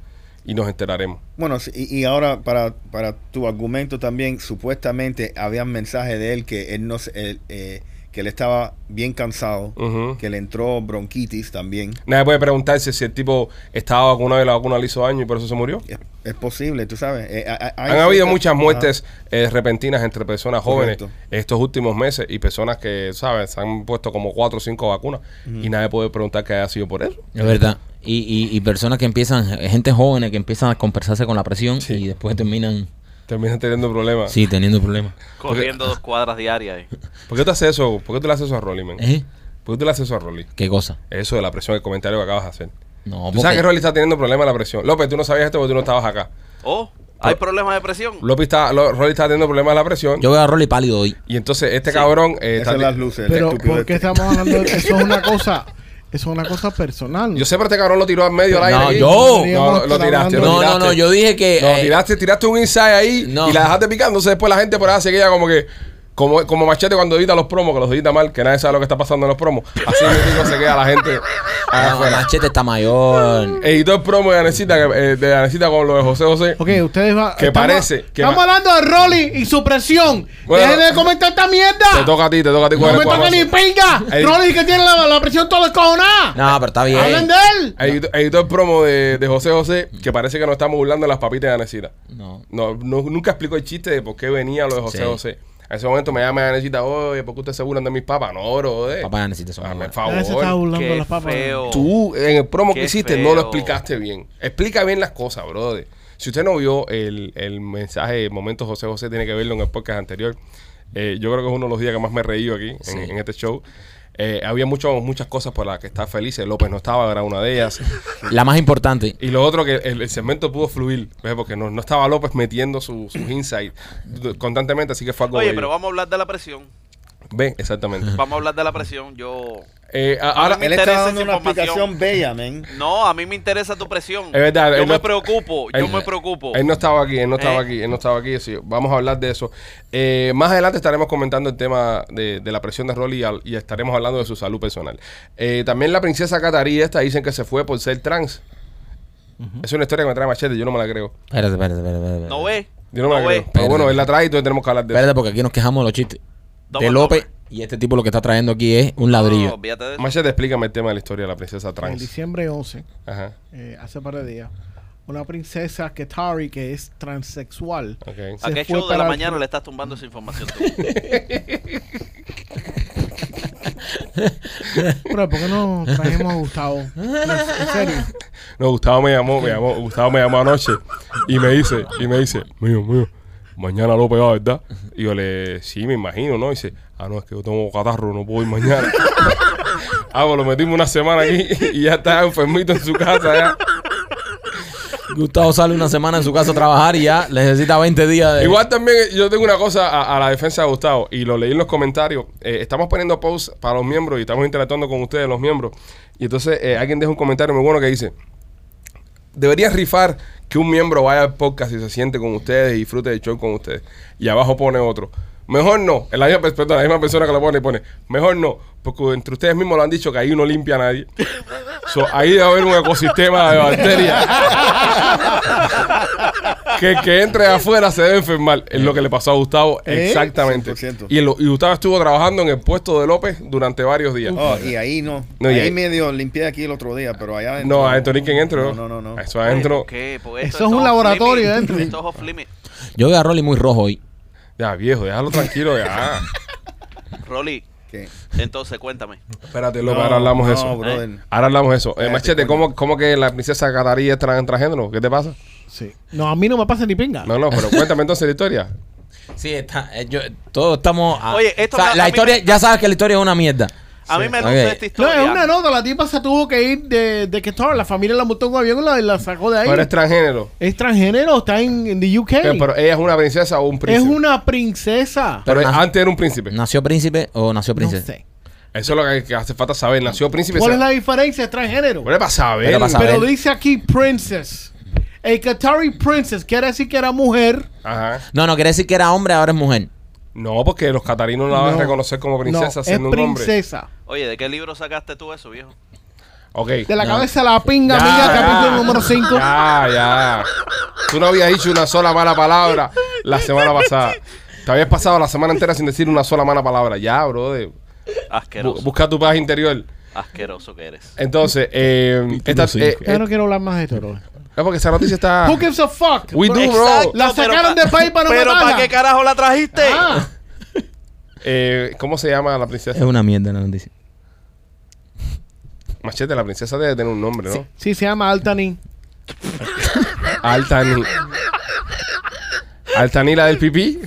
C: y nos enteraremos.
G: Bueno, sí, y, y ahora para, para tu argumento también, supuestamente había un mensaje de él que él no se- él, eh, que él estaba bien cansado,
C: Ujú.
G: que le entró bronquitis también.
C: Nadie puede preguntarse si el tipo estaba vacunado y la vacuna le hizo daño y por eso se murió.
G: Es, es posible, tú sabes. Eh, a- a- hay
C: Han habido
G: ciertas-
C: muchas
G: Ajá.
C: muertes eh, repentinas entre personas jóvenes
G: Correcto.
C: estos últimos meses y personas que, ¿sabes? Se han puesto como cuatro o cinco vacunas y nadie puede preguntar que haya sido por eso.
D: Es verdad. Y, y- y personas que empiezan, gente jóvenes que empiezan a conversarse con la presión
C: Sí.
D: y después terminan
C: Terminas teniendo problemas.
D: sí, teniendo problemas.
F: Corriendo dos cuadras diarias. eh.
C: ¿Por qué tú haces eso? ¿Por qué tú le haces eso a Rolly, man?
D: ¿Eh?
C: ¿Por qué tú le haces eso a Rolly?
D: ¿Qué cosa?
C: Eso de la presión, el comentario que acabas de hacer.
D: No,
C: Tú sabes
D: porque-
C: que Rolly está teniendo problemas de la presión. López, tú no sabías esto porque tú no estabas acá.
F: Oh, ¿hay problemas de presión?
C: López está, Lo- Rolly está teniendo problemas de la presión.
D: yo veo a Rolly pálido hoy.
C: Y entonces este cabrón eh,
G: Esas
C: está.
G: son las luces.
E: Pero,
G: el estúpido
E: ¿por qué
G: este.
E: estamos hablando de eso? Es una cosa, eso es una cosa personal.
C: Yo sé, pero este cabrón lo tiró al medio al
D: No,
C: aire. ahí.
D: yo-
C: No, lo, lo tiraste. lo
D: No,
C: tiraste.
D: no, no, yo dije que,
C: No,
D: eh,
C: tiraste, tiraste un inside ahí
D: No.
C: y la dejaste picando. Entonces después la gente por ahí seguía como que. Como, como machete cuando edita los promos, que los edita mal, que nadie sabe lo que está pasando en los promos. Así mismo se queda la gente. allá
D: No,
C: afuera.
D: Machete está mayor.
C: Editó el promo de Anecita, que, eh, de Anecita con lo de José José.
E: Ok, ustedes van.
C: Que parece que
E: estamos
C: va-
E: hablando de Rolly y su presión.
C: Bueno,
E: Dejen de comentar esta mierda.
C: Te toca a ti, te toca a ti.
E: no
C: coger
E: me
C: el
E: toca
C: guamazo.
E: ni pinga.
C: Ey.
E: Rolly que tiene la, la presión toda descojonada.
D: No, pero está
E: Hablen
D: bien.
E: de él.
C: Editó, editó el promo de, de José José,
D: Mm.
C: que parece que nos estamos burlando de las papitas de Anecita.
D: No.
C: No, no- nunca explicó el chiste de por qué venía lo de José
D: Sí.
C: José. En ese momento me llama Anecita, oye, ¿por qué ustedes se burlan de mis papas? No, bro, eh.
D: Papá necesita eso.
C: Hazme el
E: Ah, se está
C: favor.
E: burlando de
F: Qué
E: las papas.
F: feo.
C: Tú, en el promo que
F: Qué
C: hiciste, no lo
F: feo.
C: explicaste bien. Explica bien las cosas, brother. Si usted no vio el, el mensaje, el momento José José, tiene que verlo en el podcast anterior. Eh, yo creo que es uno de los días que más me he reído aquí, en- en, este show. Eh, había mucho- muchas cosas por las que estar felices. López no estaba, era una de ellas.
D: La más importante.
C: Y lo otro, que el, el segmento pudo fluir, ¿ves? porque no, no estaba López metiendo su- sus insights constantemente, así que fue algo
F: Oye,
C: bello.
F: pero vamos a hablar de la presión.
C: Ven, exactamente.
F: Vamos a hablar de la presión. Yo.
C: Eh, a- ahora,
F: me
G: Él está
F: interesa esa
G: dando una
F: información.
G: explicación bella, men.
F: No, a mí me interesa tu presión.
C: Es verdad,
F: Yo
C: él
F: me
C: no-
F: preocupo, yo
C: él-
F: me preocupo.
C: Él no estaba aquí, él no estaba
F: Eh.
C: aquí, él no estaba aquí. así- vamos a hablar de eso. Eh, más adelante estaremos comentando el tema de, de la presión de Rolly y, al- y estaremos hablando de su salud personal. Eh, también la princesa catarí esta dicen que se fue por ser trans. Es una historia que me trae machete, yo no me la creo.
D: Espérate, espérate, espérate. espérate.
F: ¿No ve?
C: Yo no me la
F: ¿No
C: creo.
F: ve?
C: Pero bueno, él la trae y entonces tenemos que hablar de eso.
D: Espérate, porque aquí nos quejamos de los chistes.
F: Toma,
D: de López.
F: toma.
D: Y este tipo lo que está trayendo aquí es un
F: No,
D: ladrillo.
F: olvídate de eso.
C: Machete, explícame el tema de la princesa trans.
E: En diciembre 11,
C: Ajá.
E: eh, hace par de días, una princesa Ketari que es transexual.
C: Ok.
F: ¿A
E: se
F: qué
E: fue
F: show de la
E: para-
F: mañana le estás tumbando esa información? tú?
E: Pero, ¿por qué no trajimos a Gustavo? En serio.
C: No, Gustavo me llamó, me llamó, Gustavo me llamó anoche y me dice, y me dice, mío, mío, mañana López va, ¿verdad? Y yo le, sí, me imagino, ¿no? Y dice, ah, no, es que yo tengo catarro, no puedo ir mañana. ah, pues lo metimos una semana aquí y ya está enfermito en su casa ya.
D: Gustavo sale una semana en su casa a trabajar y ya necesita 20 días de.
C: Igual también yo tengo una cosa a, a la defensa de Gustavo y lo leí en los comentarios. Eh, estamos poniendo posts para los miembros y estamos interactuando con ustedes, los miembros. Y entonces eh, alguien deja un comentario muy bueno que dice, deberías rifar que un miembro vaya al podcast y se siente con ustedes y disfrute del show con ustedes. Y abajo pone otro. Mejor no, la misma, pers- perdón, la misma persona que lo pone y pone, mejor no, porque entre ustedes mismos lo han dicho que ahí no limpia a nadie. So, ahí debe haber un ecosistema de bacterias que el que entre de afuera se debe enfermar. Es lo que le pasó a Gustavo.
E: ¿Eh?
C: Exactamente.
G: 100%.
C: Y, lo- y Gustavo estuvo trabajando en el puesto de López durante varios días.
G: Oh, y ahí no.
C: No, y
G: ahí,
C: ahí-
G: medio limpié aquí el otro día, pero allá adentro.
C: No, adentro ni quien entre.
G: No, no, no. no.
C: Eso adentro.
F: ¿Qué? Pues
E: Eso es un
F: off
E: laboratorio
F: limit.
E: dentro.
F: Esto es off limit.
D: Yo veo a Rolly muy rojo hoy.
C: Ya, viejo, déjalo tranquilo. Ya.
F: Rolly,
G: ¿Qué?
F: entonces cuéntame.
C: Espérate, López,
G: No,
C: ahora hablamos de
G: no,
C: eso.
G: brother.
C: Ahora hablamos de eso. Eh,
G: Espérate,
C: machete,
G: coño.
C: ¿cómo, ¿cómo que la princesa Catarí es tran- transgénero? ¿Qué te pasa?
E: Sí. No, a mí no me pasa ni pinga.
C: No, no, pero cuéntame entonces la historia.
D: Sí, está. eh, yo- todos estamos. a-
F: Oye, esto
D: o sea,
F: me-
D: la
F: a mí
D: historia,
F: me-
D: ya sabes que la historia es una mierda.
F: A mí
D: Sí.
F: me
D: Ok.
F: luce esta
E: No,
F: historia.
E: es una nota. La tipa se tuvo que ir de, de Ketari. La familia la montó en un avión y la, la sacó de ahí.
C: Pero es transgénero.
E: es transgénero, está en, en the UK.
C: Eh, Pero ella es una princesa o un
E: es
C: príncipe.
E: una princesa.
C: Pero
D: Pero nace-
C: antes era un príncipe.
D: ¿Nació príncipe o nació
E: No
D: princesa?
E: sé.
C: Eso es lo que, que hace falta saber. Nació príncipe.
E: ¿Cuál
C: se-
E: es la diferencia? Es transgénero.
C: Bueno, para saber.
D: Pero para saber.
E: Pero
D: ver.
E: dice aquí princess. El Qatari princess quiere decir que era mujer.
C: Ajá.
D: No, no, quiere decir que era hombre, ahora es mujer.
C: No, porque los catarinos la van a
E: No.
C: reconocer como princesa
E: no,
C: siendo
E: es
C: un hombre.
E: princesa.
F: Oye, ¿de qué libro sacaste tú eso, viejo?
C: Ok.
E: De la
D: No.
E: cabeza a la pinga,
C: Ya,
E: amiga,
C: ya.
E: capítulo número 5.
C: Ya, ya. Tú no habías dicho una sola mala palabra la semana pasada. Te habías pasado la semana entera sin decir una sola mala palabra. Ya, bro.
F: Asqueroso.
C: busca tu paz interior.
F: Asqueroso que eres.
C: Entonces, eh, esta, eh,
E: Ya
C: eh,
E: no quiero hablar más de esto, bro.
C: no, porque esa noticia está.
E: Who gives a fuck?
C: Ah. We do, bro.
E: La
F: pero
E: sacaron
F: pa-
E: del país para no
F: Pero
E: matarla.
F: ¿para qué carajo la trajiste?
E: Ah,
C: Eh, ¿Cómo se llama la
D: Es
C: princesa?
D: una mierda la noticia.
C: Machete, la princesa debe tener un nombre, ¿no?
E: Sí, se llama Altani.
C: Altani. Altani, la del pipí.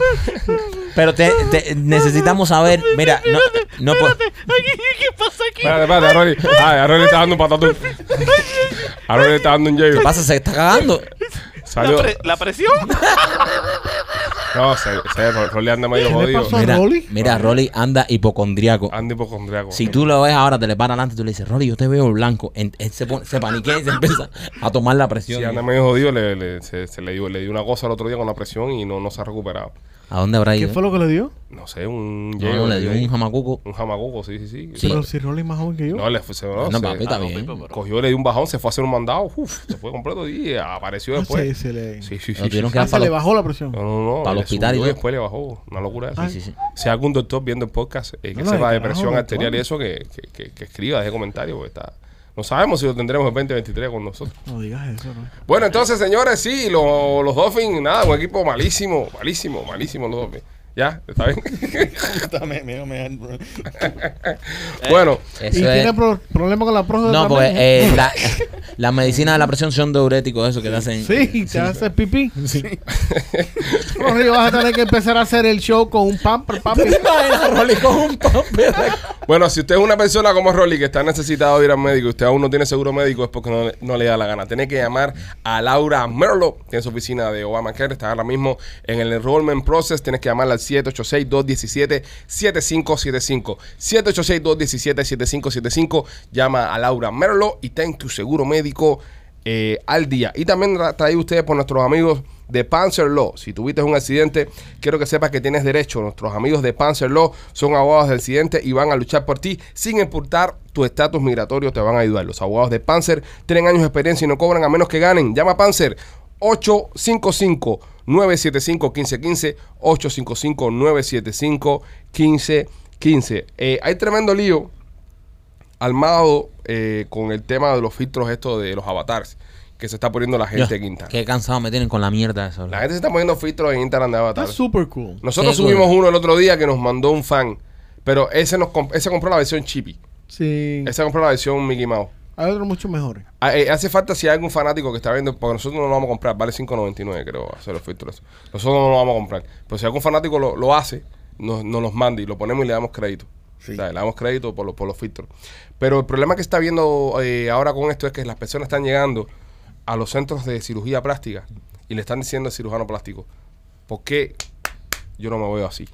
D: Pero te, te- necesitamos saber. Mira, no, no po-
F: ¿Qué pasa aquí?
C: Espérate, espérate, Aroli. Ay, Aroli está dando un patatú. Aroli está dando un
D: ¿Qué
C: yeyo.
D: pasa? Se está cagando.
C: Salió.
F: La, pre- la presión.
C: No, se, se, Rolly anda medio
E: ¿Qué le
C: jodido.
E: pasó?
D: Mira,
E: ¿Rolly?
D: mira, Rolly anda hipocondriaco.
C: Anda hipocondriaco.
D: Si tú lo ves ahora, te le paras adelante, tú le dices, Rolly, yo te veo blanco. En- él se, pone- se paniquea y se empieza a tomar la presión.
C: Sí, anda medio jodido, le, le- se, se le, dio, le dio una cosa el otro día con la presión y no, no se ha recuperado.
D: ¿A dónde habrá
E: ¿Qué
D: ido?
E: fue lo que le dio?
C: No sé, un
D: No,
C: yeyo,
D: le dio
C: ahí.
D: un jamacuco.
C: un jamacuco, sí, sí, sí.
D: Sí.
E: Pero si Rolly es más joven que yo.
C: No, le fue, se, no,
D: No,
C: se-
D: papi, está
F: Ah, no,
D: bien.
F: Pipo, pero-
C: cogió, le dio un bajón, se fue a hacer un mandado, uf, se fue completo y apareció
E: Ah,
C: después.
E: se- se le-
C: pues. Sí, sí, sí.
D: Lo tuvieron
C: sí.
D: que
E: Ah, se le
D: Palo-
E: bajó la presión.
C: No, no, no.
D: Para el
C: le
D: hospital y
C: subió
D: todo.
C: después le bajó. Una locura eso.
D: Sí, sí, sí.
C: Si hay algún doctor viendo el podcast eh, que
E: No, no,
C: sepa
E: de
C: de presión
E: carajo,
C: arterial
E: doctor.
C: y eso, que, que, que, que escriba, deje comentario, porque está... No sabemos si lo tendremos el 2023 con nosotros.
E: No digas eso, ¿no?
C: Bueno, entonces, señores, sí, lo- los Dolphins, nada, un equipo malísimo, malísimo, malísimo los Dolphins. ¿Ya? ¿Está bien?
G: Dame, mira, me-
C: bueno,
D: Eso
E: Y
D: es-
E: tiene pro- problema con la próstata.
D: No, porque
H: pues,
E: también, ¿eh?
D: eh, la, la medicina de la presión son diuréticos, eso que te hacen.
E: Sí, te haces pipí. Sí. Rolly, vas a tener que empezar a hacer el show con un pamper, papi.
D: ¿Te imaginas, Rolly, con un papel?
C: bueno, si usted es una persona como Rolly que está necesitado de ir al médico y usted aún no tiene seguro médico es porque no, le- no le da la gana. Tiene que llamar a Laura Merlo, que es su oficina de Obamacare, está ahora mismo en el enrollment process. Tienes que llamarla al 786-217-7575. 786-217-7575. Llama a Laura Merlo y ten tu seguro médico eh, al día. Y también tra- traído ustedes por nuestros amigos de Panzer Law. Si tuviste un accidente, quiero que sepas que tienes derecho. Nuestros amigos de Panzer Law son abogados del accidente y van a luchar por ti sin importar tu estatus migratorio. Te van a ayudar. Los abogados de Panzer tienen años de experiencia y no cobran a menos que ganen. Llama a Panzer 855 975 1515 855 975 1515. Eh, hay tremendo lío armado eh, con el tema de los filtros estos de los avatars que se está poniendo la gente en Instagram.
D: Qué cansado me tienen con la mierda eso.
C: Este La gente se está poniendo filtros en Instagram de
E: Está
C: avatars.
E: súper cool.
C: Nosotros
D: Qué
C: subimos
D: bueno.
C: uno el otro día que nos mandó un fan, pero ese nos comp- ese compró la versión chippy.
E: Sí.
D: Mm.
C: Ese compró la versión Mickey Mouse.
E: Hay otros mucho mejores.
C: Ah, eh, Hace falta si hay algún fanático que está viendo, porque nosotros no lo vamos a comprar, vale 5.99 creo hacer los filtros. Nosotros no lo vamos a comprar, pero si algún fanático lo, lo hace, nos, nos los manda y lo ponemos y le damos crédito.
G: Sí.
C: O sea, le damos crédito por, los- por los filtros. Pero el problema que está viendo eh, ahora con esto es que las personas están llegando a los centros de cirugía plástica y le están diciendo al cirujano plástico, ¿por qué yo no me veo así?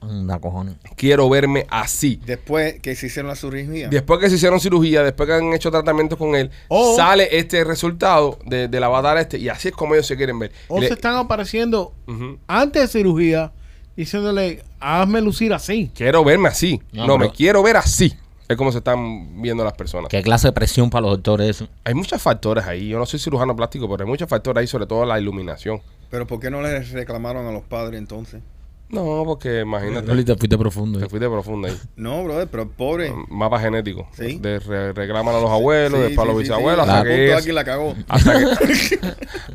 D: Anda, cojones.
C: Quiero verme así.
G: Después que se hicieron la cirugía.
C: Después que se hicieron cirugía, después que han hecho tratamientos con él,
E: O-
C: sale este resultado de, del avatar este y así es como ellos se quieren ver.
E: O
C: Y le-
E: se están apareciendo
C: Ujú.
E: antes de cirugía diciéndole, hazme lucir así.
C: Quiero verme así. No,
D: No,
C: me
D: pero-
C: quiero ver así. Es como se están viendo las personas.
D: Qué clase de presión para los doctores eso.
C: Hay muchos factores ahí. Yo no soy cirujano plástico, pero hay muchos factores ahí, sobre todo la iluminación.
G: Pero ¿por qué no le reclamaron a los padres entonces?
C: No, porque
D: Rolly,
C: imagínate,
D: te fuiste profundo.
C: te fuiste profundo ahí.
G: No, brother, pero pobre.
C: Mapa genético.
G: Sí.
C: De re- reclaman a los abuelos, de para los bisabuelos, hasta,
G: hasta
C: que llegues-
G: aquí la cagó.
C: hasta que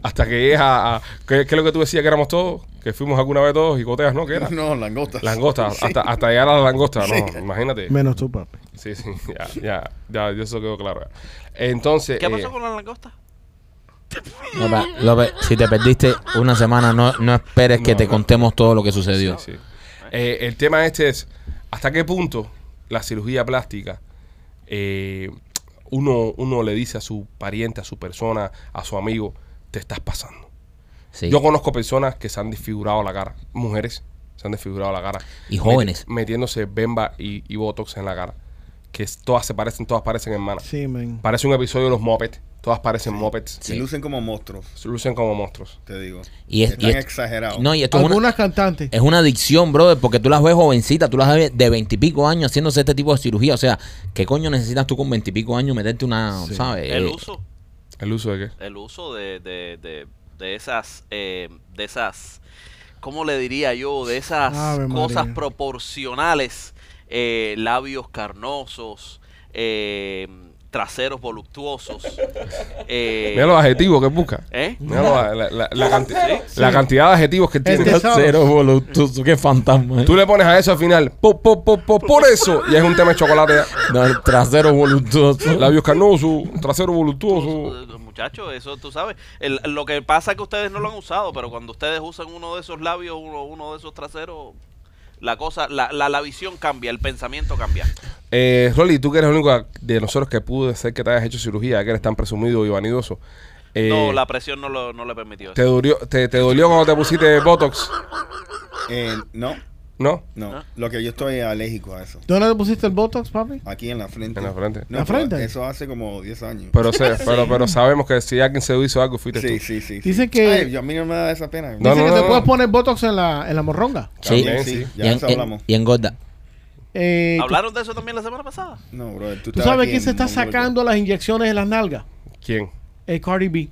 C: hasta que llegues a, a- ¿qué, qué es lo que tú decías que éramos todos? Que fuimos alguna vez todos y coteas, ¿no? ¿Qué era?
G: No, langostas.
C: Langosta,
G: Sí.
C: hasta, hasta llegar a la langosta, no, imagínate.
E: Menos tú, papi.
C: Sí, sí, ya, ya, ya, ya eso quedó claro. Entonces,
F: ¿Qué
C: eh,
F: pasó con la langosta?
D: López, López, Pues, si te perdiste una semana, no, no esperes que
C: No,
D: te
C: no.
D: contemos todo lo que sucedió.
C: sí. Eh, el tema este es, ¿hasta qué punto la cirugía plástica eh, uno, uno le dice a su pariente, a su persona, a su amigo, te estás pasando?
D: Sí.
C: Yo conozco personas que se han desfigurado la cara, mujeres se han desfigurado la cara.
D: Y jóvenes.
C: Meti- metiéndose bemba y, y botox en la cara. Que es- todas se parecen, todas parecen hermanas.
E: Sí, men.
C: Parece un episodio de los Muppets. Todas parecen Muppets.
G: Se lucen como monstruos,
C: Se Lucen como monstruos.
G: te digo.
D: Y es- y
G: Están
D: es-
G: exagerados.
D: No, y esto es una-
E: Algunas cantantes.
D: Es una adicción, brother, porque tú las ves jovencitas, tú las ves de veintipico años haciéndose este tipo de cirugía. O sea, ¿qué coño necesitas tú con veintipico años meterte una, sabes?
F: El
D: Eh,
F: uso.
C: ¿El uso de qué?
F: el uso de, de, de, de esas eh, de esas cómo le diría yo de esas
E: Ave María.
F: cosas proporcionales eh, labios carnosos eh, traseros voluptuosos. Eh,
C: Mira los adjetivos que busca.
F: ¿eh?
C: Mira los- la, la- la canti- la cantidad de adjetivos que
D: Este
C: tiene.
E: tesoro.
D: Cero voluptuoso, qué fantasma. eh.
C: Tú le pones a eso al final, po, po, po, po, por eso, y es un tema de chocolate. ya.
D: No, el trasero voluptuoso.
C: Labios carnosos, trasero voluptuoso.
F: Muchachos, eso tú sabes. El- lo que pasa es que ustedes no lo han usado, pero cuando ustedes usan uno de esos labios, uno, uno de esos traseros, la cosa, la, la, la visión cambia, el pensamiento cambia.
C: Eh, Rolly, tú que eres el único de nosotros que pudo ser que te hayas hecho cirugía, que eres tan presumido y vanidoso. Eh,
F: no, la presión no, lo, no le permitió.
C: ¿te,
F: eso.
C: dolió, te, te dolió cuando te pusiste Botox?
G: Eh, no,
C: ¿No?
G: no,
F: Ah.
G: Lo que yo estoy alérgico a eso.
E: ¿Dónde le pusiste el Botox, papi?
G: Aquí en la frente.
C: En la frente.
G: No,
E: ¿La
G: pero
E: frente?
G: Eso hace como 10 años.
C: Pero, se- pero, pero sabemos que si alguien se hizo algo, fuiste
G: sí,
C: tú.
G: sí, sí.
E: Dice
G: sí.
E: que-
G: Ay, yo- a mí no me da esa pena.
C: No,
E: Dice
C: no,
E: que
C: no,
E: te
C: no.
E: puedes poner Botox en la, en la morronga.
D: Sí.
G: También,
C: sí.
G: sí.
D: Y,
G: Ya de
D: en-
G: eso
D: en-
G: hablamos.
D: y engorda.
E: Eh, tú-
F: ¿Hablaron de eso también la semana pasada?
G: No, brother.
E: ¿Tú
G: estabas
E: sabes
G: aquí
E: quién se
G: en
E: está
G: Mongolia.
E: sacando las inyecciones de las nalgas?
C: ¿Quién?
E: El Cardi B.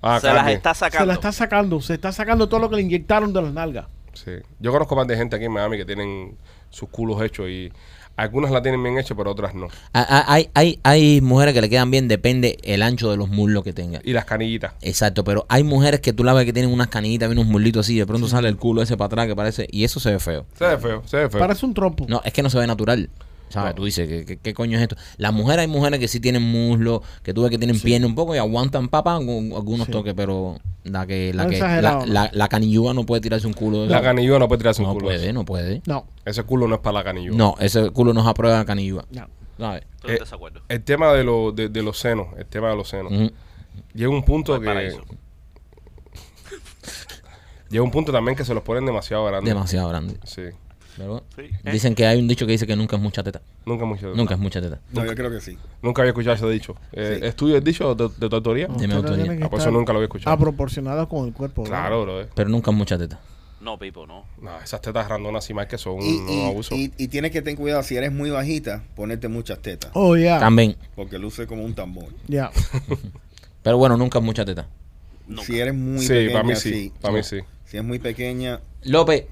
C: Ah,
F: se las
C: Kanye.
F: está sacando.
E: Se la está sacando. Se está sacando todo lo que le inyectaron de las nalgas.
C: Sí. Yo conozco más de gente aquí en Miami que tienen sus culos hechos y algunas la tienen bien hecha, pero otras no.
D: Ah, ah, Hay, hay, hay mujeres que le quedan bien, depende el ancho de los muslos que tenga.
C: Y las canillitas.
D: Exacto, pero hay mujeres que tú la ves que tienen unas canitas, vienen unos muslitos así, de pronto sale el culo ese para atrás que parece, y eso se ve feo.
C: Se ve feo, se ve feo.
E: Parece un trompo.
D: No, es que no se ve natural. ¿Sabes? Tú dices, ¿qué, qué, qué coño es esto? Las mujeres, hay mujeres que sí tienen muslo, que tú ves que tienen pierna un poco y aguantan papa con algunos toques, pero la que la
E: No
D: que la,
E: exagerado, ¿no?
D: la, la canilluda no puede tirarse un culo. de
C: La
D: eso.
C: canilluda no puede tirarse un
D: no
C: culo.
D: puede, no puede.
E: No,
C: Ese culo no es para la canilluda.
D: No, ese culo no se aprueba la canilluda.
E: no.
D: ¿Sabes?
F: Estoy en
C: Eh,
F: desacuerdo.
C: El tema de, lo- de, de los senos, el tema de los senos.
D: Ujú.
C: Llega un punto que...
F: Valparaíso.
C: Llega un punto también que se los ponen demasiado grandes.
D: Demasiado grande.
C: Sí.
D: Pero
F: Sí.
D: Dicen que hay un dicho que dice que nunca es mucha teta.
C: Nunca mucho.
D: Nunca es mucha teta.
G: No, yo creo que sí.
C: Nunca había escuchado ese dicho. Eh,
G: Sí.
C: ¿Es tuyo el dicho de, de tu autoría?
D: De mi
E: Ustedes
D: autoría.
E: tienen que
C: Ah, pues eso
E: estar
C: nunca lo había escuchado.
E: Aproporcionado con el cuerpo. ¿verdad?
C: Claro, bro. eh.
D: Pero nunca es mucha teta.
F: No, Pipo, no.
C: No, esas tetas grandonas y más que son
G: Y,
C: un
G: y,
C: abuso.
G: y- y tienes que tener cuidado si eres muy bajita, ponerte muchas tetas.
E: Oh, ya.
D: También.
G: Porque luce como un tambor.
E: Ya.
D: Pero bueno, nunca es mucha teta.
F: Nunca.
G: Si eres muy
C: sí,
G: pequeña,
C: para mí sí.
G: sí.
C: Para mí sí.
G: Si es muy pequeña,
D: López,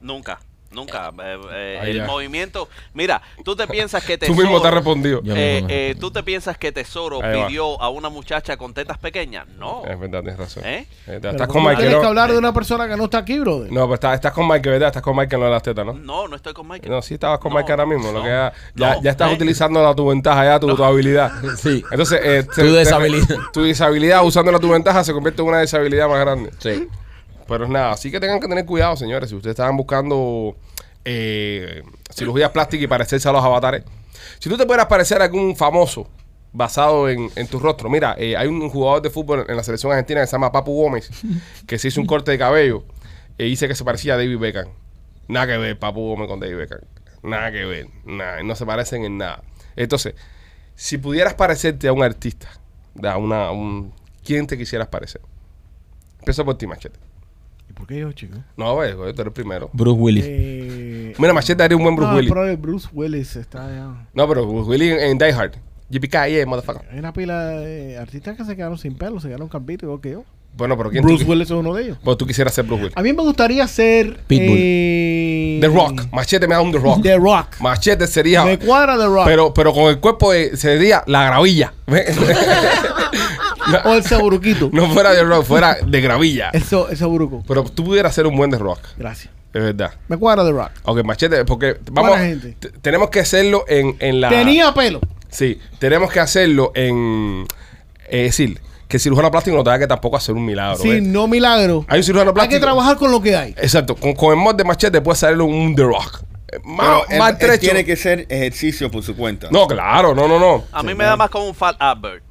F: Nunca. Nunca. Eh, eh,
C: Ahí
F: el
C: ya.
F: movimiento. Mira, tú te piensas que
C: Tú
F: Tesoro.
C: mismo te has respondido.
D: Yo
F: eh,
D: mismo me-
F: eh, tú te piensas que Tesoro
C: Ahí va.
F: pidió a una muchacha con tetas pequeñas. No.
C: Es verdad, tienes razón.
F: ¿Eh?
C: Eh,
E: Pero
C: estás
E: ¿cómo
C: con Mike,
E: tienes que
C: ¿no?
E: hablar de una persona que no está aquí, brother.
C: No, pero estás, estás con Mike, ¿verdad? Estás con Mike en lo de las tetas, ¿no?
F: No, no estoy con Mike.
C: No, sí estabas con
F: No,
C: Mike ahora mismo. lo
F: no,
C: que ya, ya,
F: no,
C: ya estás
F: ¿eh?
C: utilizando la, tu ventaja, ya tu, tu habilidad.
D: Sí.
C: Entonces, eh, se-
D: Tu
C: te-
D: deshabilidad.
C: tu deshabilidad usando la tu ventaja se convierte en una deshabilidad más grande.
D: Sí.
C: Pero es nada, así que tengan que tener cuidado, señores. Si ustedes estaban buscando eh, cirugías plásticas y parecerse a los avatares, si tú te pudieras parecer a algún famoso basado en, en tu rostro, mira, eh, hay un jugador de fútbol en la selección argentina que se llama Papu Gómez, que se hizo un corte de cabello e dice que se parecía a David Beckham. Nada que ver, Papu Gómez con David Beckham. Nada que ver, nada, no se parecen en nada. Entonces, si pudieras parecerte a un artista, a una, a un, ¿quién te quisieras parecer? Empieza por ti, Machete.
E: ¿Y por qué yo, chico?
C: No, güey, güey, tú eres primero.
D: Bruce Willis.
E: Eh,
C: Mira, Machete haría un buen Bruce
E: no,
C: Willis.
E: pero el Bruce Willis está ya.
C: No, pero Bruce Willis en, en Die Hard. JPK, yeah, eh, motherfucker.
E: Hay una pila de artistas que se quedaron sin pelo, se quedaron campitos igual que yo.
C: Bueno, pero ¿quién
E: Bruce
C: tú, qui-
E: Willis es uno de ellos.
C: Bueno, tú quisieras ser Bruce Willis.
E: A mí me gustaría ser.
D: Pitbull.
E: eh,
C: The Rock. Machete me da un The Rock.
E: The Rock.
C: Machete sería...
E: Me cuadra The Rock.
C: Pero, pero con el cuerpo de- sería la gravilla.
E: o el saburuquito.
C: no fuera de Rock, fuera de gravilla.
E: El, so- el saburuco.
C: Pero tú pudieras ser un buen The Rock.
E: Gracias.
C: Es verdad.
E: Me cuadra The Rock.
C: Ok, Machete, porque vamos...
E: Buena gente.
C: t- Tenemos que hacerlo en, en la...
E: Tenía pelo.
C: Sí, tenemos que hacerlo en... Es decir, que el cirujano plástico no te haga que tampoco hacer un milagro.
E: Sí,
C: ¿ves?
E: no milagro.
C: Hay un cirujano
E: Hay
C: plástico.
E: que trabajar con lo que hay.
C: Exacto, con, con el mod de machete puede salir un The Rock. Eh, Más,
G: pero él-
C: más
G: él
C: trecho.
G: tiene que ser ejercicio por su cuenta.
C: No, claro, no, no, no.
F: A mí me da más como un Fat Albert.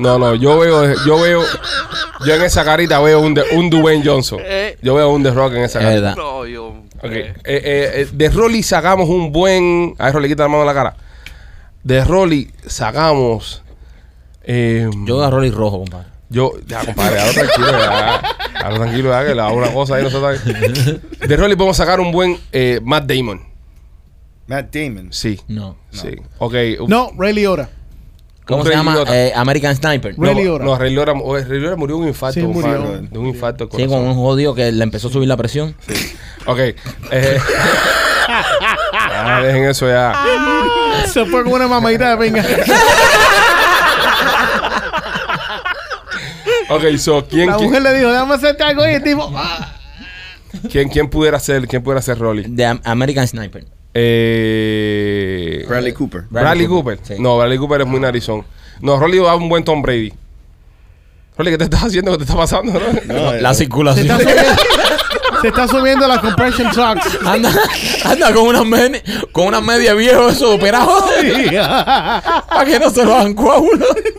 C: No, no, yo veo, yo veo, yo en esa carita veo un, The- un Dwayne Johnson.
F: Eh.
C: Yo veo un The Rock en esa
D: Es
C: carita.
D: verdad.
F: No, yo.
C: Ok, eh,
F: eh,
C: eh, eh, de Rolly sacamos un buen. A ver, Rolly, quita la mano de la cara. De Rolly sacamos. eh,
D: Yo agarro el rojo, compadre.
C: Yo, ya, compadre, ahora tranquilo, ya. Ahora tranquilo, ya, que le hago una cosa ahí, nosotros. De Rolly podemos sacar un buen eh, Matt Damon.
G: Matt Damon.
C: Sí.
D: No.
C: Sí. Ok. un-
E: No, Ray Liotta.
D: ¿Cómo
C: Un
D: se llama?
C: idiota.
D: Eh, American Sniper.
E: Ray
C: no,
E: Liotta.
C: no, Ray Liotta, o- Ray Liotta murió de un infarto.
E: Sí, murió.
C: compadre, De un infarto. al
D: Sí, con
C: corazón.
D: un jodido que le empezó a subir la presión.
C: Ok. eh, ah, dejen eso ya.
E: Se fue con una mamadita de pinga.
C: Ok, so, ¿quién,
E: La mujer
C: quién,
E: le dijo, déjame hacerte algo. Y el tipo, "Ah".
C: quién, quién pudiera ser, quién pudiera ser Rolly?
D: De Am- American Sniper.
C: Eh,
G: Bradley Cooper.
C: Bradley Cooper.
D: Sí.
C: No, Bradley Cooper es muy narizón. No, Rolly va un buen Tom Brady. Rolly, ¿qué te estás haciendo? ¿Qué te está pasando? no?
G: No,
D: La
G: eh,
E: se,
D: circulación.
E: está subiendo, se está subiendo la compression socks.
D: Anda, anda con unas men- con unas medias viejas esos operados para que no se lo hagan coágulos.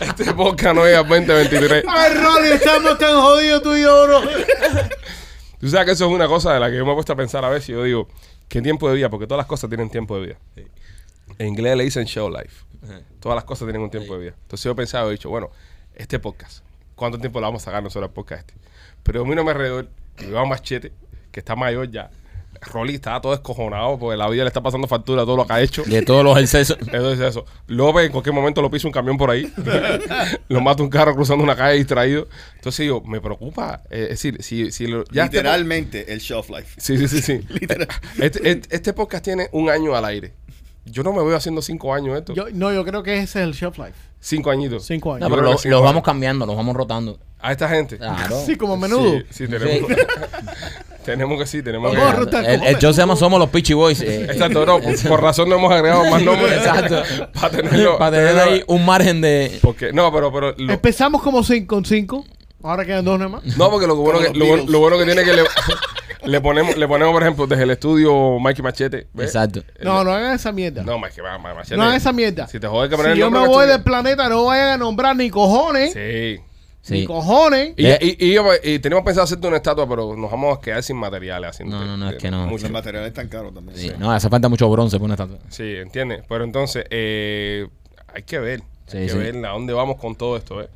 C: Este podcast no es al 2023.
E: Ay, Rolly, estamos tan jodidos tú y yo, bro.
C: Tú sabes que eso es una cosa de la que yo me he puesto a pensar a veces. Yo digo, ¿qué tiempo de vida? Porque todas las cosas tienen tiempo de vida. En inglés le dicen show life. Todas las cosas tienen un tiempo de vida. Entonces yo pensaba, he dicho, bueno, este podcast, ¿cuánto tiempo le vamos a sacar nosotros al podcast este? Pero miro a mi alrededor, y veo a Machete, que está mayor ya. Rolly está todo descojonado porque la vida le está pasando factura a todo lo que ha hecho.
D: De todos los excesos.
C: Eso es eso. López en cualquier momento lo pisa un camión por ahí. lo mata un carro cruzando una calle distraído. Entonces yo, me preocupa. eh, Es decir, si, si lo- ya este po-
G: literalmente el shelf life.
C: Sí, sí, sí, sí.
G: Literal.
C: Este, este- este podcast tiene un año al aire. Yo no me veo haciendo cinco años esto.
E: Yo- no, yo creo que ese es el shelf life.
C: cinco añitos.
E: Cinco años.
D: No,
C: Yo
D: pero
C: creo
D: lo- los
C: que cinco
D: vamos Ah.
C: años.
D: cambiando, los vamos rotando.
C: A esta gente.
D: Claro.
E: Sí, como menudo.
C: Sí, sí, tenemos. tenemos que sí, tenemos que.
E: Vamos a rotar
D: El,
E: como
D: el show se llama Somos los Pitchy Boys. eh.
C: Exacto, no, por, por razón no hemos agregado más nombres.
D: Exacto.
C: Para tenerlo.
D: Para tener ahí un margen de.
C: Porque, no, pero. pero lo-
E: Empezamos como cinco, con cinco. Ahora quedan dos nada más.
C: No, porque lo bueno
G: Como
C: que,
G: los
C: lo, bueno-
G: Beatles.
C: lo bueno que tiene que le, le ponemos, le ponemos, por ejemplo, desde el estudio Mikey Machete. ¿ves?
D: Exacto.
E: No, no hagan esa mierda.
C: No, Mikey, ma- ma- Machete.
E: No hagan esa mierda.
C: Si te jode que poner
E: Si
C: el
E: yo me
C: nombre
E: voy
C: del
E: del planeta, no vayan a nombrar ni cojones.
C: estudio. Sí.
E: Ni
D: Sí.
E: cojones.
C: Y,
D: Le-
C: y, y yo- y tenemos pensado hacerte una estatua, pero nos vamos a quedar sin materiales. Haciendo
D: No, no, no, es que no.
C: mucho.
G: Los materiales están caros también.
D: Sí, No, hace falta mucho bronce por una estatua.
C: Sí, entiendes. Pero entonces, eh, hay que ver. hay
D: Sí,
C: que
D: sí.
C: ver a dónde vamos con todo esto. eh.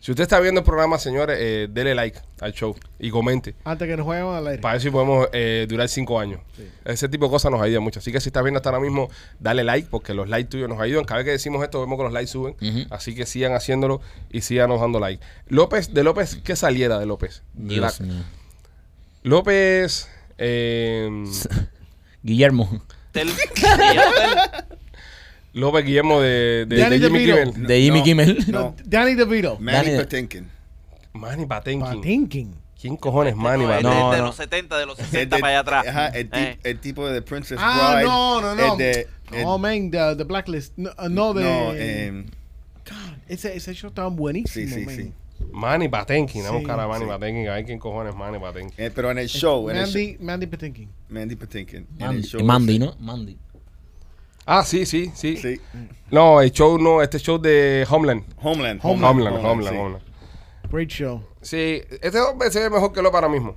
C: Si usted está viendo el programa, señores, eh, dele like al show y comente.
E: Antes que nos vayan al aire.
C: Para eso podemos eh, durar cinco años. Ese tipo de cosas nos ayuda mucho. Así que si estás viendo hasta ahora mismo, dale like, porque los likes tuyos nos ayudan. Cada vez que decimos esto, vemos que los likes suben. Así que sigan haciéndolo y sigan dando like. López, de López, ¿qué saliera de López?
D: Dios
C: La-
D: mío.
C: López. eh,
D: Guillermo.
F: Tel- Guillermo Tel-
C: López Guillermo de, de,
E: Danny
C: de Jimmy
E: DeVito.
C: Kimmel.
D: De Jimmy
G: no,
D: Kimmel.
G: No,
E: Danny DeVito.
G: Manny
D: Daniel.
G: Patinkin.
C: Manny Patinkin.
E: Patinkin.
C: ¿Quién cojones Manny
F: no, este es de,
C: Patinkin?
F: de
D: no.
F: los 70, de los
G: El
F: 60
G: de-
F: para allá atrás.
G: Ajá, el, tip-
F: Eh.
G: el tipo de Princess
E: Ah,
G: Bride.
E: no, no, no.
G: El de, el-
E: oh, man, the, the Blacklist. No, uh, no, de.
G: no, eh,
E: ese, ese show estaba buenísimo.
G: Sí, sí,
E: man.
G: sí.
C: Manny Patinkin. Vamos a
E: Sí,
C: buscar a Manny
G: sí.
C: Patinkin. A ver quién cojones Manny Patinkin.
G: eh, pero en el show. en el show-
E: Mandy, Mandy Patinkin.
G: Mandy Patinkin. en el
D: Mandy,
G: show-
D: Mandy, ¿no? Mandy.
C: Ah, sí, sí, sí,
G: Sí.
C: No, el show no, este show de Homeland.
G: Homeland.
C: Homeland, Homeland, Homeland.
G: sí.
E: Great show.
C: Sí, este hombre se ve mejor que lo para mismo.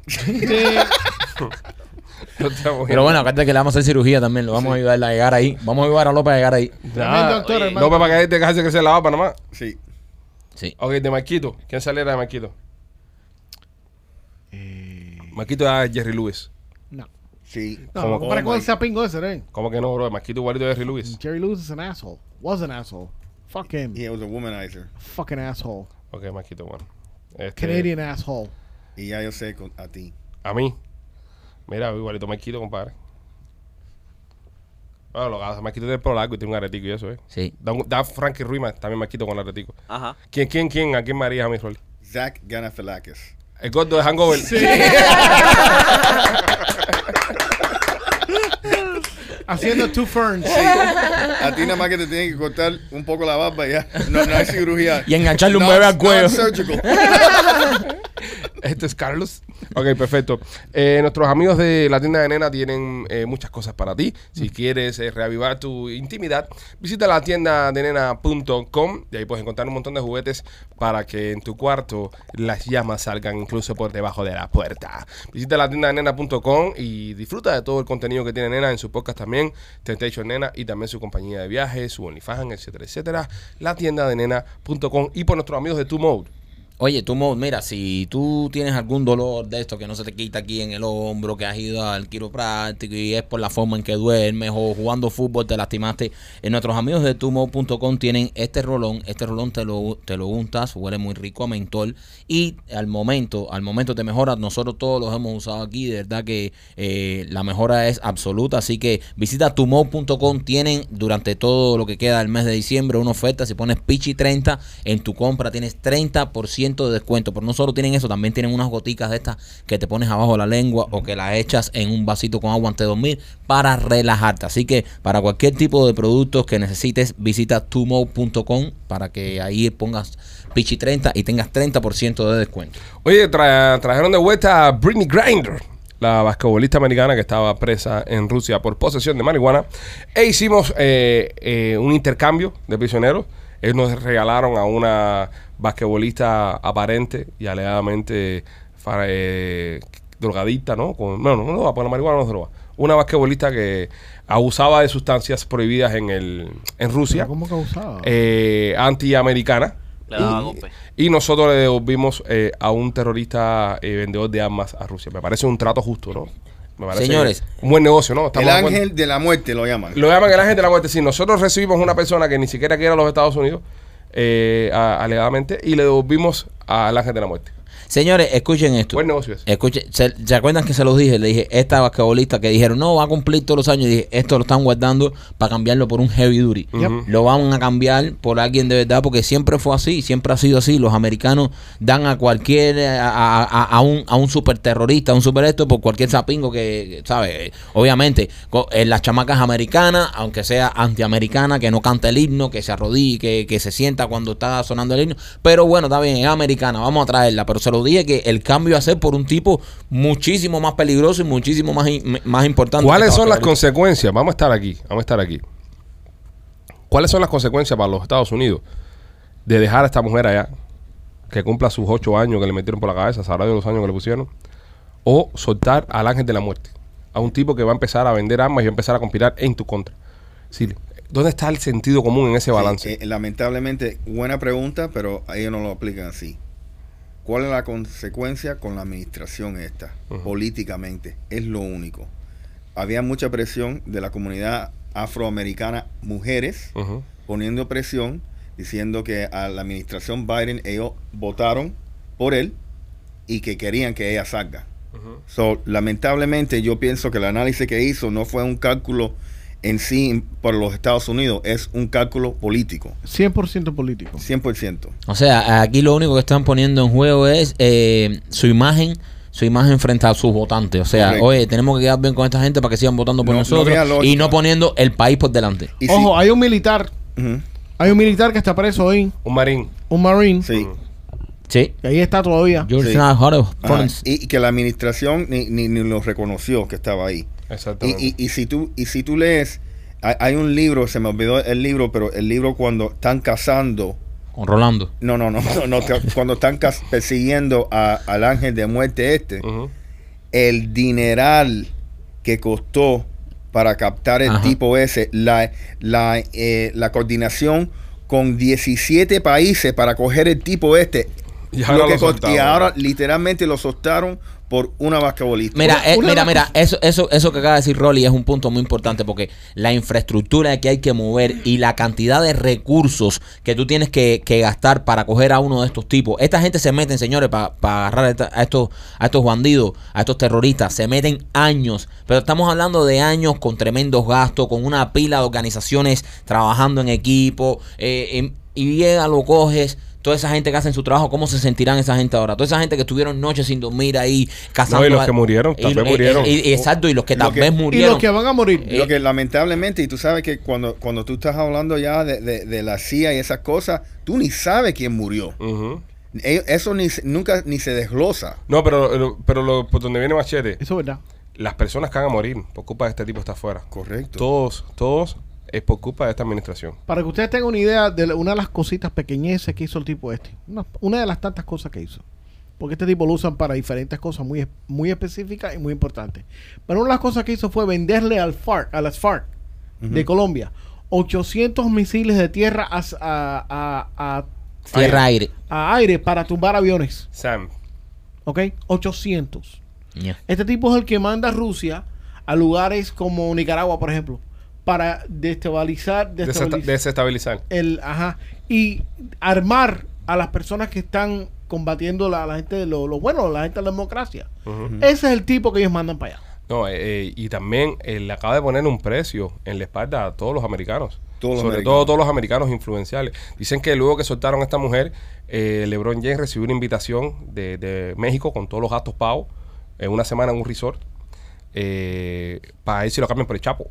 C: No estamos
D: Pero bueno, aparte que le vamos a hacer cirugía también, lo vamos a ayudar a llegar ahí. Vamos a ayudar a López a llegar ahí.
E: Tremendo actor,
F: oye,
E: hermano.
C: No, para que te dejaste crecer la barba nomás.
G: Sí.
D: Sí.
C: Ok, de Marquito. ¿Quién saliera de Marquito? Marquito era Jerry Lewis.
E: No.
G: Sí.
E: No,
C: Como-
E: no compara
G: oh
E: con
G: my-
E: el sapingo ese, ¿eh?
C: ¿Cómo que no, bro? Marquito igualito de Jerry Lewis.
E: Jerry Lewis is an asshole. Was an asshole. Fuck him.
G: He was a womanizer.
E: Fucking asshole.
C: Ok, Marquito, bueno. Este,
E: Canadian asshole.
G: Y ya yo sé con, a ti.
C: A mí. Mira, igualito Marquito, compadre. Bueno, lo que hace Marquito tiene el pelo largo y tiene un aretico y eso, ¿eh?
D: Sí.
C: Da, un- da Frankie Ruiz también Marquito con el aretico.
F: Ajá.
C: ¿Quién, quién, quién? ¿A quién María a mi rol?
G: Zach Ganafelakis.
C: El gordo de Hangover.
E: Haciendo two ferns.
G: A ti nada más que te tienen que cortar un poco la barba y ya. No, no hay cirugía.
D: Y engancharle un bebé al cuello.
G: surgical.
C: Este es Carlos. Ok, perfecto. Eh, nuestros amigos de la tienda de nena tienen eh, muchas cosas para ti. Si quieres eh, reavivar tu intimidad, visita la tienda de nena.com. De ahí puedes encontrar un montón de juguetes para que en tu cuarto las llamas salgan incluso por debajo de la puerta. Visita la tienda de nena.com y disfruta de todo el contenido que tiene nena en su podcast también, Temptation Nena y también su compañía de viajes, su OnlyFans, etcétera, etcétera. La tienda de nena.com y por nuestros amigos de Tu Mode.
D: Oye, tú, Mo, mira, si tú tienes algún dolor de esto que no se te quita aquí en el hombro, que has ido al quiropráctico y es por la forma en que duermes o jugando fútbol te lastimaste, en nuestros amigos de tumo.com tienen este rolón. Este rolón te lo, te lo untas, huele muy rico a mentol y al momento, al momento te mejora. Nosotros todos los hemos usado aquí, de verdad que eh, la mejora es absoluta. Así que visita tumo.com. Tienen durante todo lo que queda del mes de diciembre una oferta. Si pones Pichi 30 en tu compra, tienes 30% de descuento. Pero no solo tienen eso, también tienen unas goticas de estas que te pones abajo de la lengua o que las echas en un vasito con agua antes de dormir para relajarte. Así que para cualquier tipo de productos que necesites, visita tumo.com para que ahí pongas Pichi 30 y tengas 30% de descuento.
C: Oye, tra- trajeron de vuelta a Britney Grinder, la basquetbolista americana que estaba presa en Rusia por posesión de marihuana. E hicimos eh, eh, un intercambio de prisioneros. Ellos nos regalaron a una basquetbolista aparente y alegadamente fa- eh, drogadicta, ¿no? Con, no, no, no, no, porque la marihuana no es droga. Una basquetbolista que abusaba de sustancias prohibidas en, el, en Rusia,
E: Pero ¿Cómo causaba?
C: eh, antiamericana.
F: Le daba
C: Y-
F: golpe.
C: y nosotros le devolvimos eh, a un terrorista eh, vendedor de armas a Rusia. Me parece un trato justo, ¿no? Me parece
D: Señores.
C: Un buen negocio, ¿no? Estamos
G: el
C: de acuerdo.
G: ángel de la muerte lo llaman.
C: Lo llaman el ángel de la muerte. Sí, nosotros recibimos una persona que ni siquiera quiera los Estados Unidos, eh, a- alegadamente, y le devolvimos al ángel de la muerte.
D: Señores, escuchen esto.
C: Buen negocio ese.
D: Escuche, ¿se, se acuerdan que se los dije? Le dije, esta basquetbolista que dijeron, no, va a cumplir todos los años. Y dije, esto lo están guardando para cambiarlo por un heavy duty. Lo van a cambiar por alguien de verdad, porque siempre fue así, siempre ha sido así. Los americanos dan a cualquier, eh, a, a- a- a un, a un super terrorista, a un super esto, por cualquier sapingo que, ¿sabes? Obviamente, co- eh, las chamacas americanas, aunque sea antiamericana, que no cante el himno, que se arrodille, que, que se sienta cuando está sonando el himno. Pero bueno, está bien, es americana, vamos a traerla. Pero se lo dije que el cambio iba a ser por un tipo muchísimo más peligroso y muchísimo más, im- más importante. que
C: ¿Cuáles
D: esta
C: son las
D: basquetbolista.
C: consecuencias? Vamos a estar aquí, vamos a estar aquí. ¿Cuáles son las consecuencias para los Estados Unidos de dejar a esta mujer allá, que cumpla sus ocho años que le metieron por la cabeza, sabrá de los años que le pusieron, o soltar al ángel de la muerte, a un tipo que va a empezar a vender armas y va a empezar a conspirar en tu contra? Sí, ¿Dónde está el sentido común en ese balance?
G: Sí, eh, lamentablemente, buena pregunta, pero ellos no lo aplican así. ¿Cuál es la consecuencia con la administración esta? Políticamente, es lo único. Había mucha presión de la comunidad afroamericana, mujeres,
C: Ujú.
G: poniendo presión, diciendo que a la administración Biden ellos votaron por él y que querían que ella salga. So, lamentablemente yo pienso que el análisis que hizo no fue un cálculo en sí por los Estados Unidos, es un cálculo político,
E: 100% político.
G: 100%.
D: O sea, aquí lo único que están poniendo en juego es eh, su imagen. Su imagen frente a sus votantes. O sea,
G: Correcto.
D: oye, tenemos que quedar bien con esta gente para que sigan votando por
G: No- no
D: nosotros.
G: vea lógica.
D: y no poniendo el país por delante.
G: Y sí,
E: Ojo, hay un militar.
G: ujú,
E: Hay un militar que está preso ahí.
C: Un marín.
E: Un marine.
G: sí.
D: Sí.
E: Que ahí está todavía.
D: George
G: Sí.
D: Snow, Jorge
G: Ajá,
D: Florence.
G: y, y que la administración ni, ni, ni lo reconoció que estaba ahí.
C: Exactamente.
G: Y, y, y si tú y si tú lees, hay, hay un libro, se me olvidó el libro, pero el libro cuando están cazando
D: Con Rolando.
G: No, no, no, no, no, que cuando están cas- persiguiendo a- al ángel de muerte este,
C: Ujú.
G: el dineral que costó para captar el
D: Ajá.
G: tipo ese, la, la, eh, la coordinación con 17 países para coger el tipo este,
C: Y ahora lo
G: que cost-
C: soltaron.
G: y ahora literalmente lo soltaron por una basquetbolista.
D: Mira,
E: Una-
D: eh,
E: una
D: mira,
E: de
D: mira, eso, eso, eso que acaba de decir Rolly es un punto muy importante porque la infraestructura que hay que mover y la cantidad de recursos que tú tienes que, que gastar para coger a uno de estos tipos. Esta gente se meten, señores, para agarrar a esta- a estos, a estos bandidos, a estos terroristas. Se meten años. Pero estamos hablando de años con tremendos gastos, con una pila de organizaciones trabajando en equipo. eh, em- y llega, lo coges. Toda esa gente que hacen su trabajo, ¿cómo se sentirán esa gente ahora? Toda esa gente que estuvieron noches sin dormir ahí, cazando.
C: No, y los
D: a-
C: que murieron, tal
D: lo-
C: vez murieron.
D: y- y- exacto, y los que
G: Lo
D: tal
G: que-
D: vez
E: Y los
D: murieron.
E: que van a morir.
C: Eh.
G: Lo que lamentablemente, y tú sabes que cuando, cuando tú estás hablando ya de, de- de la CIA y esas cosas, tú ni sabes quién murió.
C: Ujú.
G: Ellos- Eso ni, se- nunca ni se desglosa.
C: No, pero, pero lo, por donde viene Machete,
E: Eso es verdad.
C: las personas que van a morir por culpa de este tipo está afuera.
G: Correcto.
C: Todos, todos es por culpa de esta administración.
E: Para que ustedes tengan una idea de la- una de las cositas pequeñeces que hizo el tipo este. Una, una de las tantas cosas que hizo. Porque este tipo lo usan para diferentes cosas muy, es- muy específicas y muy importantes. Pero una de las cosas que hizo fue venderle al FARC, a las FARC de Colombia 800 misiles de tierra a, a- a- a
D: Tierra aire.
E: a aire para tumbar aviones.
C: Sam.
E: ¿Ok? 800.
D: Ya.
E: Este tipo es el que manda a Rusia a lugares como Nicaragua, por ejemplo, para desestabilizar,
C: Desesta-
E: desestabilizar
C: Desestabilizar.
E: el, ajá, y armar a las personas que están combatiendo la, la gente, de lo, lo bueno, la gente de la democracia. Ese es el tipo que ellos mandan para allá.
C: No, eh, eh, y también eh, le acaba de poner un precio en la espalda a todos los americanos.
G: Todos los
C: Sobre
G: americanos.
C: todo todos los americanos influenciales. Dicen que luego que soltaron a esta mujer, eh, LeBron James recibió una invitación de, de México con todos los gastos pagos en una semana en un resort eh, para ver si lo cambian por el Chapo.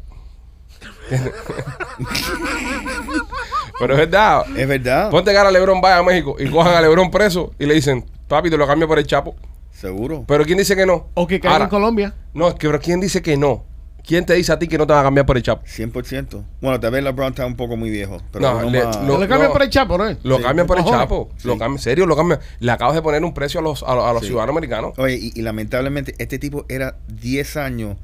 C: Pero es verdad.
G: Es verdad,
C: Ponte cara a LeBron vaya a México y cojan a LeBron preso y le dicen, papi, te lo cambio por el Chapo.
G: seguro.
C: Pero ¿quién dice que no?
E: O que caigan
C: Ahora,
E: en Colombia.
C: no, es que, pero ¿quién dice que no? ¿Quién te dice a ti que no te van a cambiar por el Chapo?
G: 100%. Bueno, tal vez LeBron está un poco muy viejo. Pero
C: No,
G: uno
C: le-
G: más-
C: lo-
E: Que le cambian
C: no.
E: para el Chapo, ¿no?
C: Lo
G: Sí,
C: cambian por el
E: cojones.
C: Chapo. Lo cambian, en serio, lo cambian. Le acabas de poner un precio a los, a, los- a los
G: Sí.
C: ciudadanos americanos.
G: Oye, y, y lamentablemente este tipo era 10 años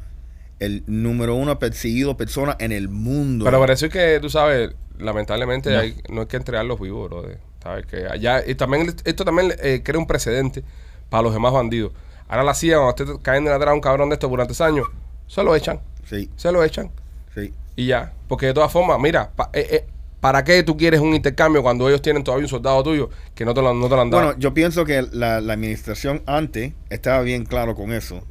G: el número uno perseguido persona en el mundo.
C: Pero parece que, tú sabes, lamentablemente
D: No.
C: hay- no, hay que entregarlos vivos, bro. ¿Sabes? Que allá, y también, esto también eh, crea un precedente para los demás bandidos. Ahora la CIA, cuando ustedes caen atrás a un cabrón de estos durante tres años, se lo echan.
G: Sí,
C: Se lo echan.
G: sí.
C: Y ya. Porque de todas formas, mira, pa- eh, eh, ¿para qué tú quieres un intercambio cuando ellos tienen todavía un soldado tuyo que no te lo, no te lo han dado?
G: Bueno, yo pienso que la, la administración antes estaba bien claro con eso.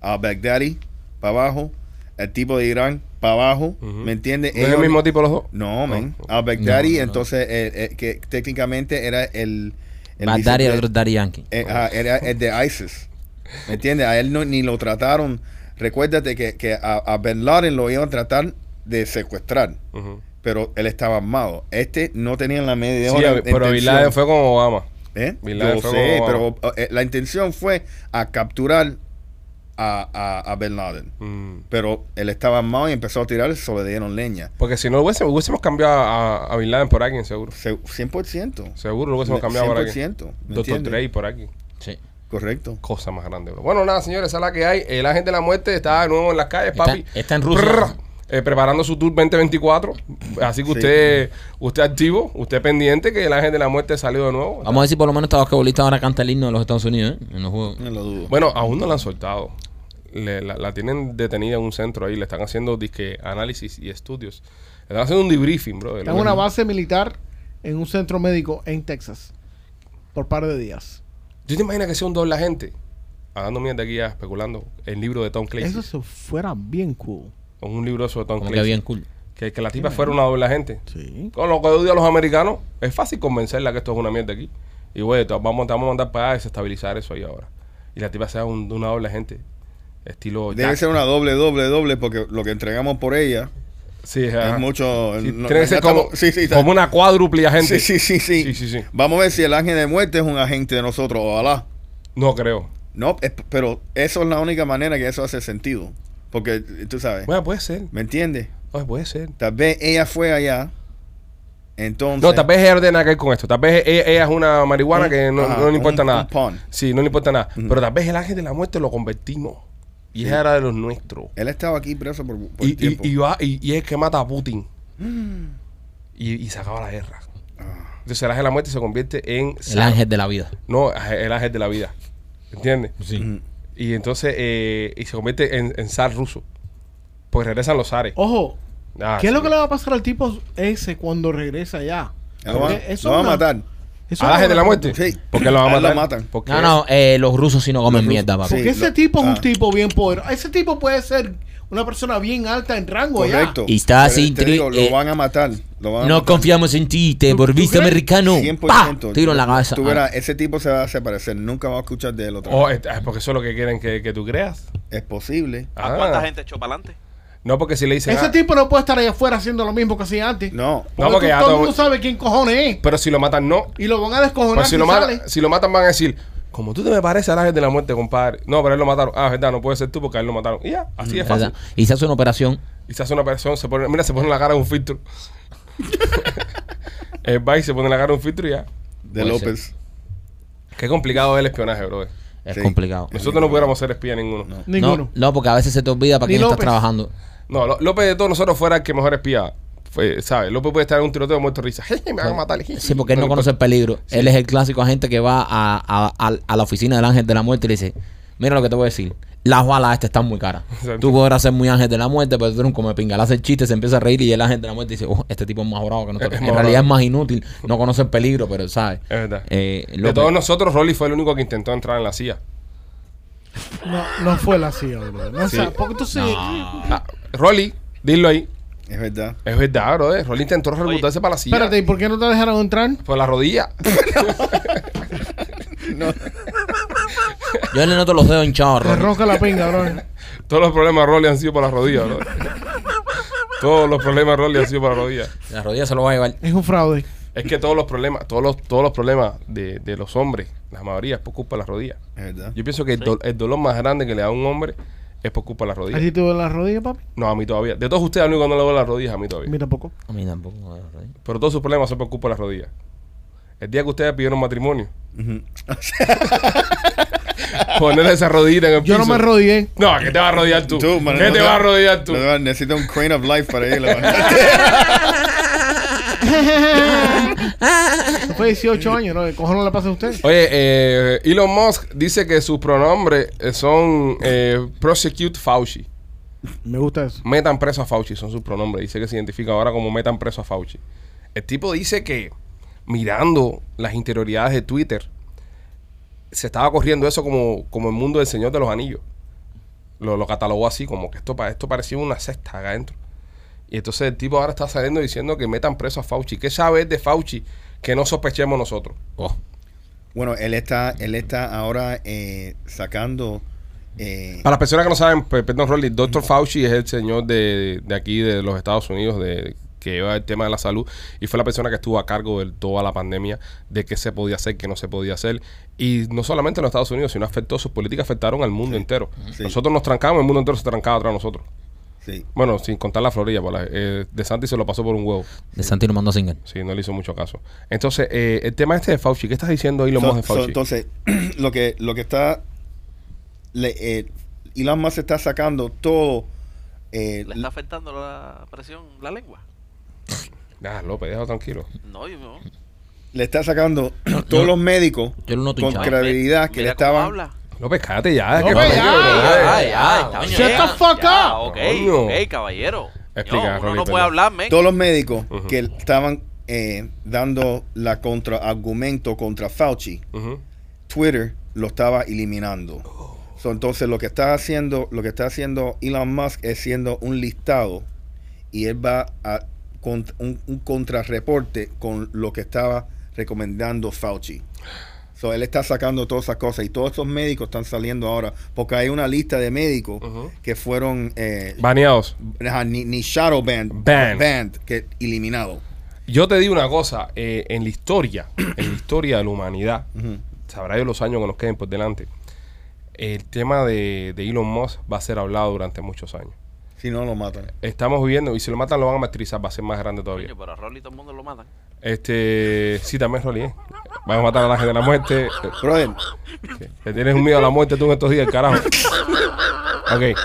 G: A Baghdadi, para abajo. El tipo de Irán, para abajo.
C: Ujú.
G: ¿Me entiendes?
C: ¿No es el
G: Ellos-
C: mismo tipo los dos?
G: No, men.
C: Oh, ok.
G: Al Baghdadi,
D: No, no, no.
G: entonces, eh, eh, que técnicamente era el. el
D: Va a dar y el
G: vice-
D: otro es Daddy Yankee.
G: eh, ah, era el de ISIS. ¿Me entiendes? A él no, ni lo trataron. Recuérdate que, que a, a Bin Laden lo iban a tratar de secuestrar,
C: Ujú.
G: pero él estaba armado. Este no tenía la media
C: Sí,
G: hora.
C: a-
G: de
C: pero Bin
G: intención.
C: Laden fue con Obama.
G: ¿Eh?
C: Bin Laden
G: Yo
C: fue
G: sé,
C: como-
G: pero eh, la intención fue a capturar a, a, a Bin Laden.
C: Mm.
G: Pero él estaba armado y empezó a tirar, solo le dieron leña.
C: Porque si no lo hubiésemos, hubiésemos cambiado a, a Bin Laden por alguien, seguro.
G: Se- 100%.
C: Seguro lo hubiésemos cambiado por alguien.
G: 100%, ¿me
C: Doctor
G: entiendes?
C: Dre por aquí.
D: Sí.
G: Correcto.
C: Cosa más grande, bro. Bueno, nada, señores, esa es la que hay. El agente de la muerte está de nuevo en las calles,
D: Está-
C: papi.
D: está en Rusia.
C: eh, preparando su tour 2024. Así que
G: Sí.
C: usted, usted activo, usted pendiente, que el agente de la muerte salió de nuevo.
D: Vamos a ver si por lo menos esta basquetbolista ahora canta el himno de los Estados Unidos, ¿eh? En los juegos.
G: No lo dudo.
C: Bueno, aún no la han soltado. Le- la, la tienen detenida en un centro ahí. Le están haciendo disque análisis y estudios. Le están haciendo un debriefing, bro. de
E: Está
C: lo
E: en
C: que-
E: una base militar en un centro médico en Texas por par de días.
C: ¿Tú te imaginas que sea un doble agente? Hablando mierda aquí ya, especulando. El libro de Tom Clancy.
E: Eso se fuera bien cool.
C: Un libro eso de Tom
D: Como
C: Clancy.
D: que bien cool.
C: Que, que la tipa fuera una doble agente.
E: Sí.
C: Con lo que odio a los americanos, es fácil convencerla que esto es una mierda aquí. Y güey, te vamos, te vamos a mandar para allá y desestabilizar eso ahí ahora. Y la tipa sea un- una doble agente. Estilo
G: Debe
C: Jack.
G: ser una doble, doble, doble, porque lo que entregamos por ella
C: Sí, ajá.
G: es mucho.
C: Sí,
G: no-
C: tiene que
G: ya
C: ser
G: estamos-
C: como,
G: sí, sí, está-
C: como una cuádruple agente.
G: sí, sí, sí, sí.
C: Sí, sí, sí.
G: Vamos a ver si el ángel de muerte es un agente de nosotros, ojalá.
C: No creo.
G: No, es- pero eso es la única manera que eso hace sentido. Porque eh, tú sabes,
C: Bueno, puede ser.
G: ¿me entiendes?
C: Oye, puede ser.
G: Tal vez ella fue allá, entonces.
C: No, tal vez ella no tiene nada que ver con esto. Tal vez ella, ella es una marihuana
G: Un-
C: que no,
G: ajá,
C: no le importa
G: un-
C: nada.
G: un pawn.
C: Sí, no le importa nada.
G: Ujú.
C: Pero tal vez el ángel de la muerte lo convertimos. Y ella era de los nuestros.
G: Él estaba aquí preso por, por
C: Y, y,
G: tiempo. Mm.
C: y va- y- y es el que mata a Putin. Y, y se acaba la guerra.
G: Ah.
C: Entonces el ángel de la muerte se convierte en...
D: El ángel de la vida.
C: No, el ángel de la vida. ¿Entiendes?
D: Sí.
C: Y entonces eh, y se convierte en, en zar ruso. Pues regresan los zares.
E: Ojo,
C: Ah,
E: ¿qué es lo
C: sí.
E: que le va a pasar al tipo ese cuando regresa allá?
G: Lo va,
E: Porque eso
G: lo va a
E: es una-
G: matar.
E: eso
C: ¿Al
E: es
C: ángel de
E: una-
C: la muerte?
G: Sí.
C: Porque lo van
G: A
C: a
G: él lo
C: matar.
G: matan.
C: Porque
D: No, no, eh, los rusos sí no comen mierda, papi.
G: Sí.
E: Porque ese
G: lo-
E: tipo es
G: ah.
E: un tipo bien poderoso. Ese tipo puede ser una persona bien alta en rango
G: Correcto.
D: Y está
G: Pero
D: así,
G: te digo,
D: tri- eh,
G: lo van a matar. Lo van a
D: No
G: matar.
D: confiamos en ti, te
E: ¿Tú- tú
D: volviste
E: crees?
D: americano.
G: 100%.
D: ¡Pah! Tiro en la cabeza.
G: Tú verás, ese tipo se va a desaparecer. Nunca va a escuchar de él otra
C: Oh,
G: vez.
C: es- ah, porque eso es lo que quieren que, que tú creas.
G: Es posible.
F: ¿A
C: Ah.
F: cuánta gente echó para adelante?
C: No, porque si le
E: ya.
C: dicen.
E: Ese
C: ah,
E: tipo no puede estar allá afuera haciendo lo mismo que hacía antes.
G: No.
C: No, porque
E: tú-
C: ya
E: todo
C: todo-
E: el mundo sabe quién cojones es.
C: Pero si lo matan, no.
E: Y lo van a descojonar
C: Pues si,
E: si
C: lo
E: sale.
C: matan, si lo matan, van a decir: Como tú te me pareces al ángel de la muerte, compadre. No, pero él lo mataron. Ah, verdad, no puede ser tú porque a él lo mataron. Y ya, así de fácil.
D: Mm, ¿Verdad? Y se hace una operación.
C: Y se hace una persona, se pone, mira, se pone la cara de un filtro. el va y se pone la cara de un filtro y ya.
G: De
D: Puede
G: López.
C: Qué complicado es el espionaje, brother.
D: Es
G: Sí.
D: complicado.
C: Nosotros no pudiéramos ser espía ninguno.
G: No.
C: No,
E: Ninguno.
D: No, no, porque a veces se te olvida para
E: Ni
D: quién estás
E: López.
D: trabajando.
C: Ló- López de todos nosotros fuera el que mejor espía fue, ¿sabes? López puede estar en un tiroteo muerto de risa. Me van a matar.
D: Sí, porque él no
C: le
D: conoce el
C: importa.
D: peligro. Él es el clásico agente que va a, a- a- a la oficina del ángel de la muerte y le dice, mira lo que te voy a decir. Las balas estas están muy caras.
C: Exacto.
D: Tú podrás ser muy ángel de la muerte, pero tú eres un comepinga. Le hace el chiste, se empieza a reír y el ángel de la muerte dice, oh, este tipo es más bravo que nosotros.
C: Es
D: en
C: más
D: realidad
C: bravo.
D: es más inútil, Ah, no conoce el peligro, pero ¿sabes?
C: Es verdad.
D: Eh,
C: de
D: López-
C: todos nosotros, Rolly fue el único que intentó entrar en la CIA.
E: No, no fue la CIA, bro. No, o sea, porque tú sí.
C: Ah, Rolly, dilo ahí.
G: Es verdad.
C: Es verdad, bro. eh. Rolly intentó reclutarse para la CIA.
E: Espérate, ¿y por qué no te dejaron entrar?
C: Por la rodilla.
D: Yo le noto los dedos hinchados,
E: Te
D: Ronnie.
E: ronca la pinga, bro.
C: Todos los problemas de Rolly han sido por la rodilla, bro. Todos los problemas de Rolly han sido por la rodilla.
D: La rodilla se lo va a llevar.
E: Es un fraude.
C: Es que todos los problemas, todos los, todos los problemas de, de los hombres, la mayoría es por culpa de las rodillas.
G: Es verdad.
C: Yo pienso que el, do- el dolor más grande que le da a un hombre es por culpa de las
E: ¿A ti
C: rodillas.
E: te duele la rodilla, papi?
C: No, a mí todavía. De todos ustedes, el único que no le duele las rodillas es a mí
E: A
C: todavía.
E: mí tampoco.
D: A mí tampoco. la rodilla.
C: Pero todos sus problemas son por culpa de las rodillas. El día que ustedes pidieron matrimonio,
G: Ujú.
C: ponerle esa rodilla en el
E: Yo no
C: piso.
E: me arrodillé.
C: No, ¿qué te vas a rodear tú?
G: Tú, mano,
C: ¿Qué
G: no
C: te vas a rodear tú?
G: no te vas- necesito un crane of life para ir a levantar.
E: Fue 18 años, ¿no? ¿Qué cojones le pasa a usted?
C: Oye, eh, Elon Musk dice que sus pronombres eh, son eh, prosecute Fauci.
E: Me gusta eso.
C: Metan preso a Fauci, son sus pronombres. Dice que se identifica ahora como metan preso a Fauci. El tipo dice que mirando las interioridades de Twitter, se estaba corriendo eso como, como el mundo del Señor de los Anillos. Lo, lo catalogó así, como que esto, pa- esto parecía una cesta acá adentro. Y entonces el tipo ahora está saliendo diciendo que metan preso a Fauci. ¿Qué sabe él de Fauci que no sospechemos nosotros?
D: Oh.
G: bueno, él está, él está ahora eh, sacando. eh,
C: Para las personas que no saben, pe- perdón, Rolly, Dr. Fauci es el señor de, de aquí, de los Estados Unidos, de que lleva el tema de la salud y fue la persona que estuvo a cargo de toda la pandemia, de qué se podía hacer, qué no se podía hacer. Y no solamente en los Estados Unidos, sino afectó, sus políticas afectaron al mundo entero.
G: Sí.
C: Nosotros nos trancamos, el mundo entero se trancaba atrás de nosotros.
G: sí.
C: Bueno, sin contar la Florida, por la- eh, De Santi se lo pasó por un huevo.
D: De Santi lo mandó single.
C: Sí, no le hizo mucho caso. Entonces, eh, el tema este de Fauci, ¿qué estás diciendo ahí lo
G: So-
C: más de
G: so,
C: Fauci?
G: entonces, lo que, lo que está. Le, eh, Elon Musk está sacando todo. eh,
F: ¿Le está afectando la presión la lengua?
C: Ah, López, déjalo tranquilo.
F: No, yo no.
G: le está sacando todos los médicos
D: Yo lo noto
G: con
D: hinchado.
G: credibilidad que le
F: Mira cómo
G: estaban.
F: habla.
C: López, cállate ya. que
E: López,
C: Fauci,
E: ya,
C: bro,
D: ya, ya,
C: eh.
F: está
D: coño.
F: bien.
E: Shut the fuck
F: Ya,
E: up.
F: Ok,
C: Coño.
F: ok, caballero.
C: Explica,
F: Yo, uno
C: Rolly,
F: no
C: perdón.
F: puede hablar, men.
G: Todos los médicos
C: Eh. Ujú.
G: que estaban eh, dando la contraargumento contra Fauci,
C: Ujú.
G: Twitter lo estaba eliminando. So, entonces lo que está haciendo, lo que está haciendo Elon Musk es siendo un listado y él va a con, un, un contrarreporte con lo que estaba recomendando Fauci. So, él está sacando todas esas cosas y todos esos médicos están saliendo ahora porque hay una lista de médicos
C: Ujú.
G: que fueron eh,
C: Baneados.
G: Ajá, ni, ni shadow band,
C: Banned.
G: que eliminado.
C: Yo te digo una cosa, eh, en la historia, en la historia de la humanidad, sabrá yo los años que nos queden por delante, el tema de, de Elon Musk va a ser hablado durante muchos años.
G: Si no lo matan.
C: Estamos viviendo, y si lo matan lo van a maestrizar, va a ser más grande todavía.
F: Coño, pero a Rolly todo el mundo lo matan.
C: Este, sí, también Rolly, ¿eh? Van a matar a la gente de la muerte.
G: Brother,
C: Te tienes un miedo a la muerte tú en estos días, carajo. Ok.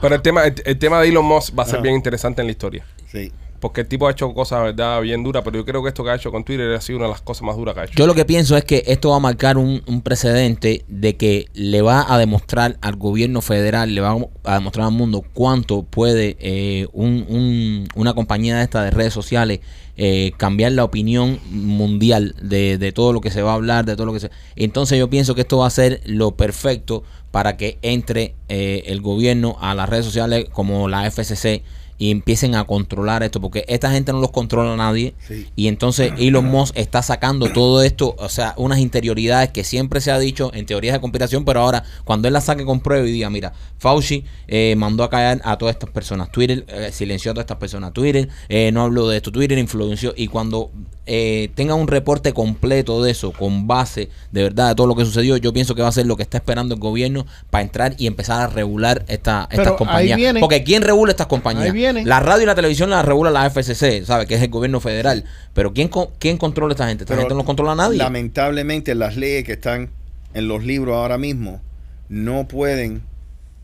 C: Pero el tema, el, el tema de Elon Musk va a ser bien interesante en la historia.
G: sí.
C: Porque el tipo ha hecho cosas, verdad, bien duras, pero yo creo que esto que ha hecho con Twitter ha sido una de las cosas más duras que ha hecho.
D: Yo lo que pienso es que esto va a marcar un, un precedente de que le va a demostrar al gobierno federal, le va a demostrar al mundo cuánto puede eh, un- un- una compañía de esta de redes sociales eh, cambiar la opinión mundial de, de todo lo que se va a hablar, de todo lo que se... Entonces yo pienso que esto va a ser lo perfecto para que entre eh, el gobierno a las redes sociales como la FCC y empiecen a controlar esto, porque esta gente no los controla nadie.
G: Sí.
D: Y entonces Elon Musk está sacando todo esto, o sea, unas interioridades que siempre se ha dicho en teorías de conspiración, pero ahora cuando él las saque con prueba y diga, mira, Fauci eh, mandó a callar a todas estas personas, Twitter eh, silenció a todas estas personas, Twitter eh, no habló de esto, Twitter influenció, y cuando eh, tenga un reporte completo de eso, con base de verdad de todo lo que sucedió, yo pienso que va a ser lo que está esperando el gobierno para entrar y empezar a regular esta, estas
E: Pero ahí
D: compañías.
E: viene.
D: Porque ¿quién regula estas compañías?
E: Ahí viene.
D: La radio y la televisión la regula la FCC, ¿sabes? Que es el gobierno federal. Pero ¿quién, co- quién controla a esta gente? Esta
G: Pero
D: gente no controla a nadie.
G: Lamentablemente las leyes que están en los libros ahora mismo no pueden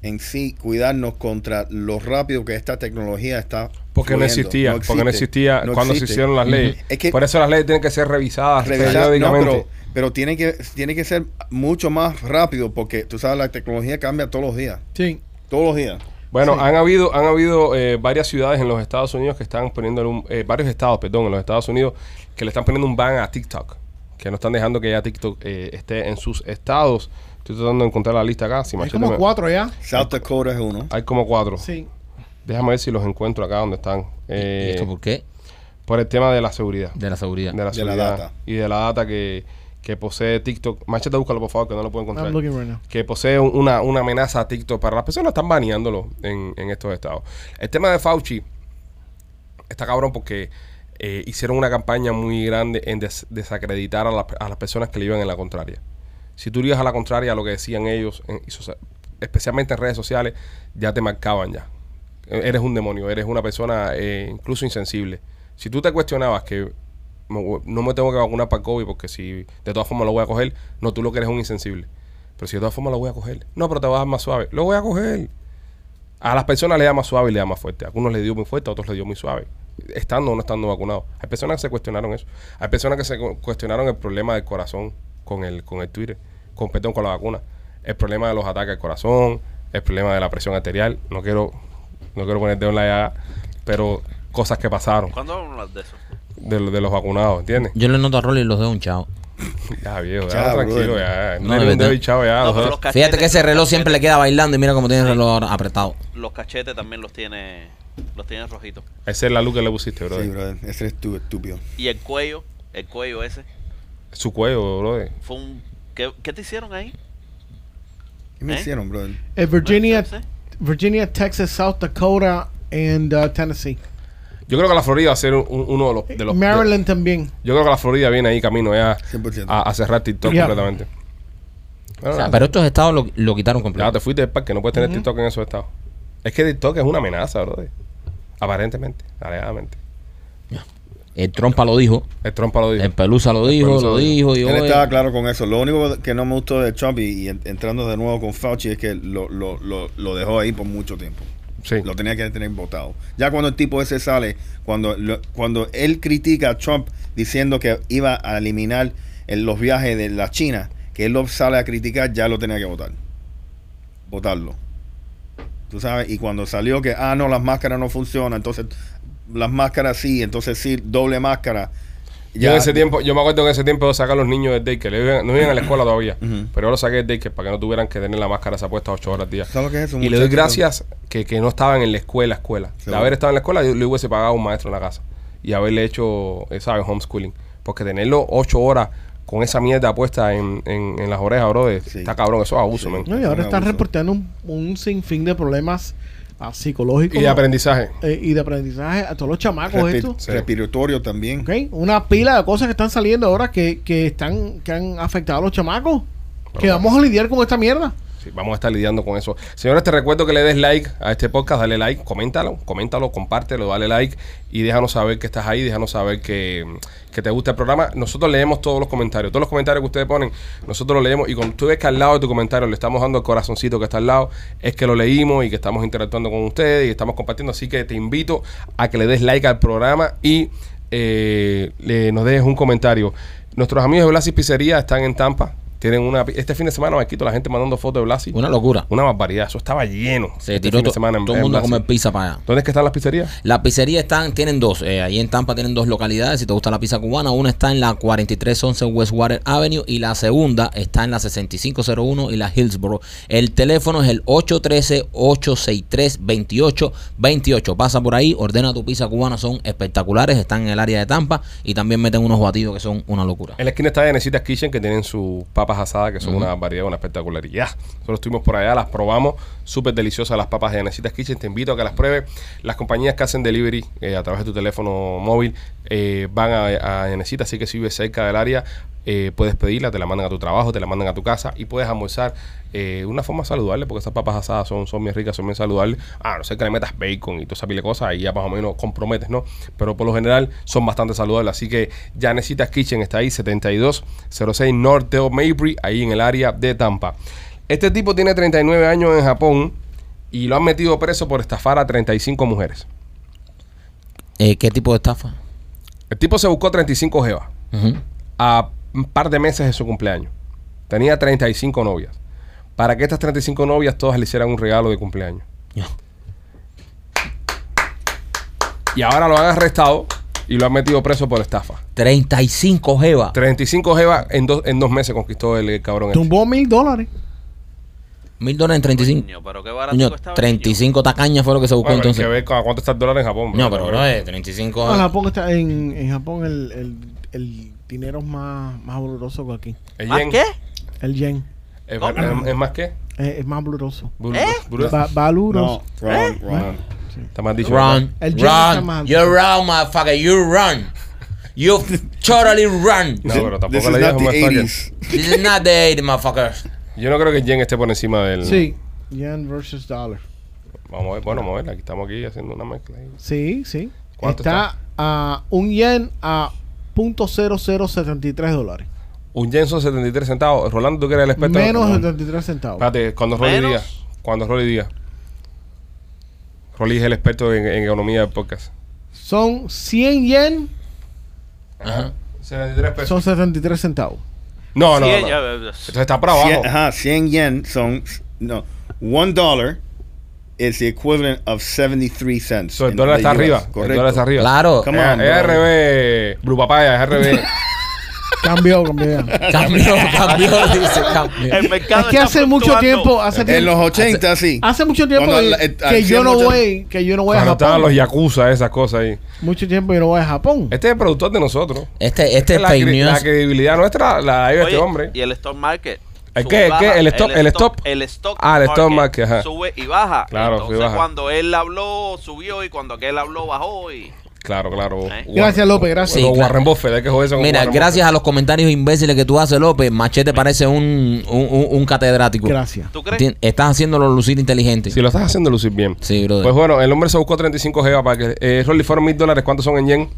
G: en sí cuidarnos contra lo rápido que esta tecnología está.
C: Porque no
G: fluyendo.
C: existía, porque no
G: existe,
C: existía
G: no
C: cuando se
G: existe.
C: hicieron las leyes.
G: Es que-
C: Por eso las leyes tienen que ser revisadas
G: Revisar, no,
C: periódicamente.
G: pero, pero tiene que tiene que ser mucho más rápido porque tú sabes la tecnología cambia todos los días,
E: Sí.
G: todos los días.
C: Bueno, han habido, han habido eh, varias ciudades en los Estados Unidos que están poniendo un, eh, varios estados, perdón, en los Estados Unidos que le están poniendo un ban a TikTok, que no están dejando que ya TikTok eh, esté en sus estados. Estoy tratando de encontrar la lista acá. Si
E: Hay
C: Machete
E: como
C: me-
E: cuatro ya.
G: South Dakota es uno.
C: Hay como cuatro.
E: Sí.
C: Déjame ver si los encuentro acá donde están.
D: ¿Y
C: Eh,
D: esto por qué?
C: por el tema de la seguridad.
D: De la seguridad.
C: de la
G: De la
C: seguridad
G: data.
C: y de la data que, que posee TikTok. Machete, búscalo por favor, que no lo puedo encontrar.
E: I'm looking right now.
C: Que posee un- una, una amenaza a TikTok para las personas, están baneándolo en, en estos estados. El tema de Fauci está cabrón porque eh, hicieron una campaña muy grande en des- desacreditar a, las- a las personas que le iban en la contraria. Si tú le ibas a la contraria a lo que decían ellos, en- y socia- especialmente en redes sociales, ya te marcaban ya. Eh, Eres un demonio, eres una persona eh, incluso insensible. Si tú te cuestionabas que me voy- no me tengo que vacunar para el COVID porque si de todas formas lo voy a coger, no, tú lo que eres es un insensible. Pero si de todas formas lo voy a coger, no, pero te vas a dar más suave, lo voy a coger. A las personas le da más suave y le da más fuerte. A algunos le dio muy fuerte, a otros le dio muy suave. Estando o no estando vacunados. Hay personas que se cuestionaron eso. Hay personas que se cu- cuestionaron el problema del corazón con el, con el Twitter, con, perdón, con la vacuna. El problema de los ataques al corazón, el problema de la presión arterial. No quiero, no quiero poner dedo en la llaga, pero cosas que pasaron
F: ¿Cuándo vamos a hablar de eso?
C: de, lo- de los vacunados, ¿entiendes?
D: Yo le noto a Rolly los dedos un chavo.
C: Ya, viejo, ya,
G: Chao,
C: tranquilo, ya.
G: brother.
D: No,
C: No,
D: de
C: un dedo
D: verdad.
C: y chao, ya.
F: No,
C: o sea,
F: pero los cachetes-
D: Fíjate que ese
F: los
D: reloj
F: cachetes-
D: siempre le queda bailando y mira cómo tiene el reloj ahora apretado.
C: Ah,
F: Los cachetes también los tiene, los tiene rojitos.
C: Esa es la luz que le pusiste, brother.
G: Sí, brother, ese es tu estúpido.
F: Y el cuello, el cuello ese,
C: Su cuello, brother.
F: fue un... ¿Qué, qué te hicieron ahí?
G: ¿Qué me
F: ¿Eh?
G: hicieron, brother?
E: Eh, Virginia,
F: No sé.
E: Virginia, Texas, South Dakota and uh, Tennessee.
C: Yo creo que la Florida va a ser un- uno de los... de los-
E: Maryland también.
C: Yo creo que la Florida viene ahí camino ya
G: 100%.
C: a, a cerrar TikTok
E: Ya.
C: completamente. Bueno,
D: O sea,
C: nada,
D: pero estos estados lo, lo quitaron
C: nada, te
D: completo.
C: fuiste del parque, no puedes tener TikTok en esos estados. Es que TikTok es una amenaza, brother. Aparentemente, alegadamente.
D: El Trompa eh, lo dijo,
C: El trompa lo dijo.
D: el Pelusa lo dijo,
C: Pelusa
D: lo
C: lo
D: dijo.
C: dijo.
D: eh, y
G: Él
D: oye,
G: estaba claro con eso. Lo único que no me gustó de Trump y, y en- entrando de nuevo con Fauci es que lo, lo, lo, lo dejó ahí por mucho tiempo.
C: Sí.
G: Lo tenía que tener votado. Ya cuando el tipo ese sale, cuando, lo- cuando él critica a Trump diciendo que iba a eliminar el- los viajes de la China, que él lo sale a criticar, ya lo tenía que votar. Votarlo. Tú sabes, y cuando salió que, ah, no, las máscaras no funcionan, entonces las máscaras sí, entonces sí, doble máscara.
C: Yo en ese tiempo, yo me acuerdo que en ese tiempo yo sacaba a los niños del daycare. Ellos iban- No iban a la escuela todavía,
G: Ujú.
C: pero yo los saqué del daycare para que no tuvieran que tener la máscara esa puesta ocho horas al día.
G: ¿Sabes lo que es eso,
C: Y le doy
G: muchacho?
C: gracias que, que no estaban en la escuela, escuela. De
G: Seguro.
C: haber estado en la escuela, yo le hubiese pagado a un maestro en la casa. Y haberle hecho, eh, ¿sabes? Homeschooling. Porque tenerlo ocho horas con esa mierda puesta en, en, en las orejas, bro, eh,
G: Sí.
C: está cabrón. Eso es abuso,
G: Sí.
C: men.
E: No, y
G: Un
E: ahora están
G: abuso.
E: reportando un, un sinfín de problemas ah, psicológicos
C: Y de aprendizaje.
E: eh, y de aprendizaje a todos los chamacos
G: Respi-
E: estos.
C: Sí.
G: Respiratorio también.
E: Ok, Una pila de cosas que están saliendo ahora que, que están que han afectado a los chamacos. Que vamos a lidiar con esta mierda.
C: Sí, vamos a estar lidiando con eso. Señores, te recuerdo que le des like a este podcast, dale like, coméntalo, coméntalo, compártelo, dale like y déjanos saber que estás ahí, déjanos saber que, que te gusta el programa. Nosotros leemos todos los comentarios, todos los comentarios que ustedes ponen, nosotros los leemos y cuando tú ves que al lado de tu comentario le estamos dando el corazoncito que está al lado, es que lo leímos y que estamos interactuando con ustedes y estamos compartiendo. Así que te invito a que le des like al programa y eh, le- nos dejes un comentario. Nuestros amigos de Blasis Pizzería están en Tampa. Tienen una, este fin de semana me quito la gente mandando fotos de Blasi.
D: Una locura.
C: Una barbaridad, eso estaba lleno.
D: Se
C: este
D: tiró
C: fin de
D: to-
C: semana en-
D: todo
C: en
D: el mundo a
C: Brasil.
D: comer pizza para allá.
C: ¿Dónde es que están las pizzerías?
D: Las pizzerías están, tienen dos. Eh, ahí en Tampa tienen dos localidades. Si te gusta la pizza cubana, una está en la 4311 Westwater Avenue y la segunda está en la 6501 y la Hillsboro. El teléfono es el 813-863-2828. Pasa por ahí, ordena tu pizza cubana. Son espectaculares. Están en el área de Tampa y también meten unos batidos que son una locura.
C: En la esquina está de Necesitas Kitchen, que tienen sus papas asadas, que son una barbaridad, una espectacularidad. Nosotros estuvimos por allá, las probamos, súper deliciosas las papas de Necesitas Kitchen. Te invito a que las pruebes. Las compañías que hacen delivery eh, a través de tu teléfono móvil eh, van a, a Necesitas, así que si vives cerca del área, eh, puedes pedirla, te la mandan a tu trabajo, te la mandan a tu casa y puedes almorzar eh, de una forma saludable, porque esas papas asadas son, son bien ricas, son bien saludables. Ah, no sé que le metas bacon y toda esa pila de cosas, ahí ya más o menos comprometes, ¿no? Pero por lo general son bastante saludables. Así que ya necesitas Kitchen, está ahí, 7206 North de Mabry, ahí en el área de Tampa. Este tipo tiene 39 años en Japón y lo han metido preso por estafar a 35 mujeres.
D: Eh, ¿Qué tipo de estafa?
C: El tipo se buscó 35 jevas
D: Ujú.
C: a un par de meses de su cumpleaños. Tenía 35 novias. Para que estas 35 novias todas le hicieran un regalo de cumpleaños. Y ahora lo han arrestado y lo han metido preso por estafa.
D: 35 jeva.
C: 35 jevas en dos, en dos meses conquistó el, cabrón. este.
E: Tumbó mil dólares.
D: Mil dólares en 35.
F: Coño, pero qué barato
D: Coño,
F: costaba,
D: 35 tacañas fue lo que se buscó
C: Bueno, hay que
D: entonces.
C: ver cu- cuánto está el dólar en Japón.
D: No, pero
C: cabrón.
D: bro, eh, 35.
E: Ah, Japón está, en, en Japón el, el, el dinero es más, más doloroso que aquí.
C: El
F: niño. ¿Ah,
C: yen-
F: qué?
E: El yen
C: Es,
F: ¿Cómo? ¿Eh?
C: es- es más que.
E: eh, es más doloroso.
C: Bur- bur-
E: Va- Valuros.
G: No,
E: ¿Eh?
G: wrong, wrong.
C: Está mal dicho.
D: Run,
E: El Jimmy está
D: run,
E: mal.
D: you're wrong, motherfucker, you run, you totally run.
C: No, pero
G: This
C: tampoco
G: is
C: le
G: not
C: digas
G: the
C: un motherfucker.
G: 80s.
D: This is not the 80, motherfucker.
C: Yo no creo que el yen esté por encima del.
E: Sí. Yen versus dollar.
C: Vamos a ver, bueno, vamos a ver. Aquí estamos aquí haciendo una mezcla. ahí.
E: Sí, sí.
C: ¿Cuánto
E: Está a un yen a .0073 dólares.
C: Un yen son 73 centavos. Rolando, tú que eres el experto.
E: Menos
C: No.
E: 73 centavos.
C: Espérate, cuando Rolly
F: Menos.
C: Díaz. Cuando Rolly Díaz. Rolly es el experto en, en economía del podcast.
E: Son 100 yen,
C: 73 pesos.
E: son 73 centavos.
C: No, no,
F: Sí,
C: no.
F: ya,
C: Entonces
F: ya, ya.
C: está para abajo.
G: 100, ajá, 100 yen son no, one dollar is the equivalent of 73 cents.
C: So, el
G: in
C: dólar
G: the
C: está
G: US,
C: arriba. El
G: correcto.
C: dólar está arriba.
D: Claro,
G: Come
C: Eh,
G: on, bro.
C: RB, Brupapaya, RB.
E: Cambió, cambió ya.
D: cambió, cambió, dice, cambió.
F: El mercado
E: Es que
F: está
E: hace mucho
F: fluctuando.
E: tiempo, hace
G: En los
E: tiempo,
G: 80 sí.
E: hace mucho tiempo
G: Cuando la-
E: que,
G: eh,
E: que yo
G: hacían
E: no
G: mucho-
E: voy, que yo no voy a
C: Cuando estaban
E: Japón.
C: los Yakuza, esas cosas ahí.
E: Mucho tiempo yo no voy a Japón.
C: Este es el productor de nosotros.
D: Este, este
C: Esta es la,
D: fake
C: cre- la
D: news.
C: credibilidad nuestra la dio este
F: Oye,
C: hombre.
F: Y el stock market.
C: ¿El
F: sube
C: qué?
F: y
C: ¿El qué?
F: baja.
C: ¿El stop- el stop?
F: El stock
C: Ah, el stock market, ajá.
F: Sube y baja.
C: Claro, sube y
F: Entonces,
C: baja.
F: cuando él habló, subió y cuando aquel habló, bajó. Y...
C: Claro, claro.
F: Eh.
C: Warren-
E: Gracias, López,
C: Sí,
E: gracias.
D: Sí,
C: Warren
D: claro.
C: Buffett, hay que joderse con
D: Mira,
C: Warren
D: gracias a los comentarios imbéciles que tú haces, López, Machete parece un, un, un- un catedrático.
E: Gracias.
F: ¿Tú crees?
D: Tien- Estás haciéndolo lucir inteligente.
C: Buffett. Si lo estás haciendo lucir bien.
D: Sí, brother.
C: Pues bueno, el hombre se buscó 35 GB para que. Eh, Rolly, fueron mil dólares. ¿Cuántos son en yen?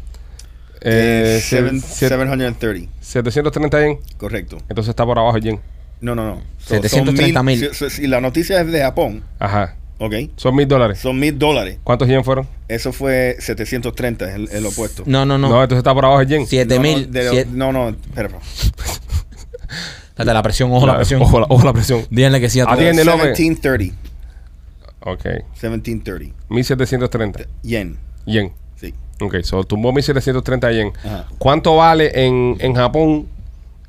G: Eh, seven-
C: siete-
G: 730,
C: 730 yen.
G: correcto.
C: Entonces está por abajo el yen.
G: No, no, no. son
D: 730 mil.
G: si- Si, si la noticia es de Japón,
C: Ajá.
G: ok,
C: Son mil dólares.
G: son mil dólares.
C: ¿Cuántos yen fueron?
G: Eso fue 730, el, el opuesto.
D: no, no,
C: No.
D: no.
C: entonces está por abajo el yen.
D: Siete
G: No, no,
D: mil.
G: de lo-
D: siete-
G: No, no, espera. espera.
D: Date la presión, ojo la presión.
C: Ojo, la, ojo la presión.
D: Díganle que sí a
G: Uh,
C: Ah,
D: todo.
C: Atiende, López.
G: 1730.
C: Ok.
G: 1730.
C: 1730
G: Yen.
C: yen.
G: Sí.
C: Ok, so tumbó 1730 yen.
G: Ajá.
C: ¿Cuánto vale en, en Japón?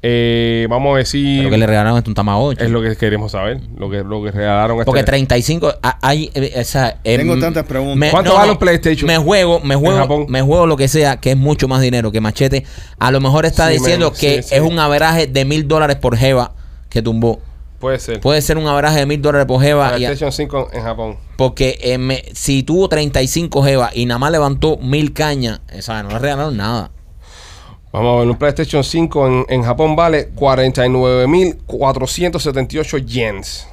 C: Eh, vamos
D: Pero
C: a
D: que
C: decir.
D: le regalaron esto un tamagotchi.
C: Es lo que queremos saber. Lo que, lo que regalaron a
D: Porque
C: este-
D: 35 a- hay eh, o sea, eh,
G: Tengo tantas preguntas.
C: ¿Cuánto vale un PlayStation?
D: Me juego, me
C: Japón?
D: juego, me juego lo que sea, que es mucho más dinero que Machete. A lo mejor está
C: Sí,
D: diciendo
C: men,
D: que
C: sí, sí.
D: es un averaje de mil dólares por Jeva que tumbó.
C: Puede ser.
D: Puede ser un averaje de mil dólares por Jeva. y-
C: PlayStation 5 en Japón.
D: porque eh, me- si tuvo 35 Jeva y nada más levantó mil cañas, eh, ¿sabes? no le regalaron nada.
C: Vamos a ver, un PlayStation 5 en, en Japón vale 49.478 yens.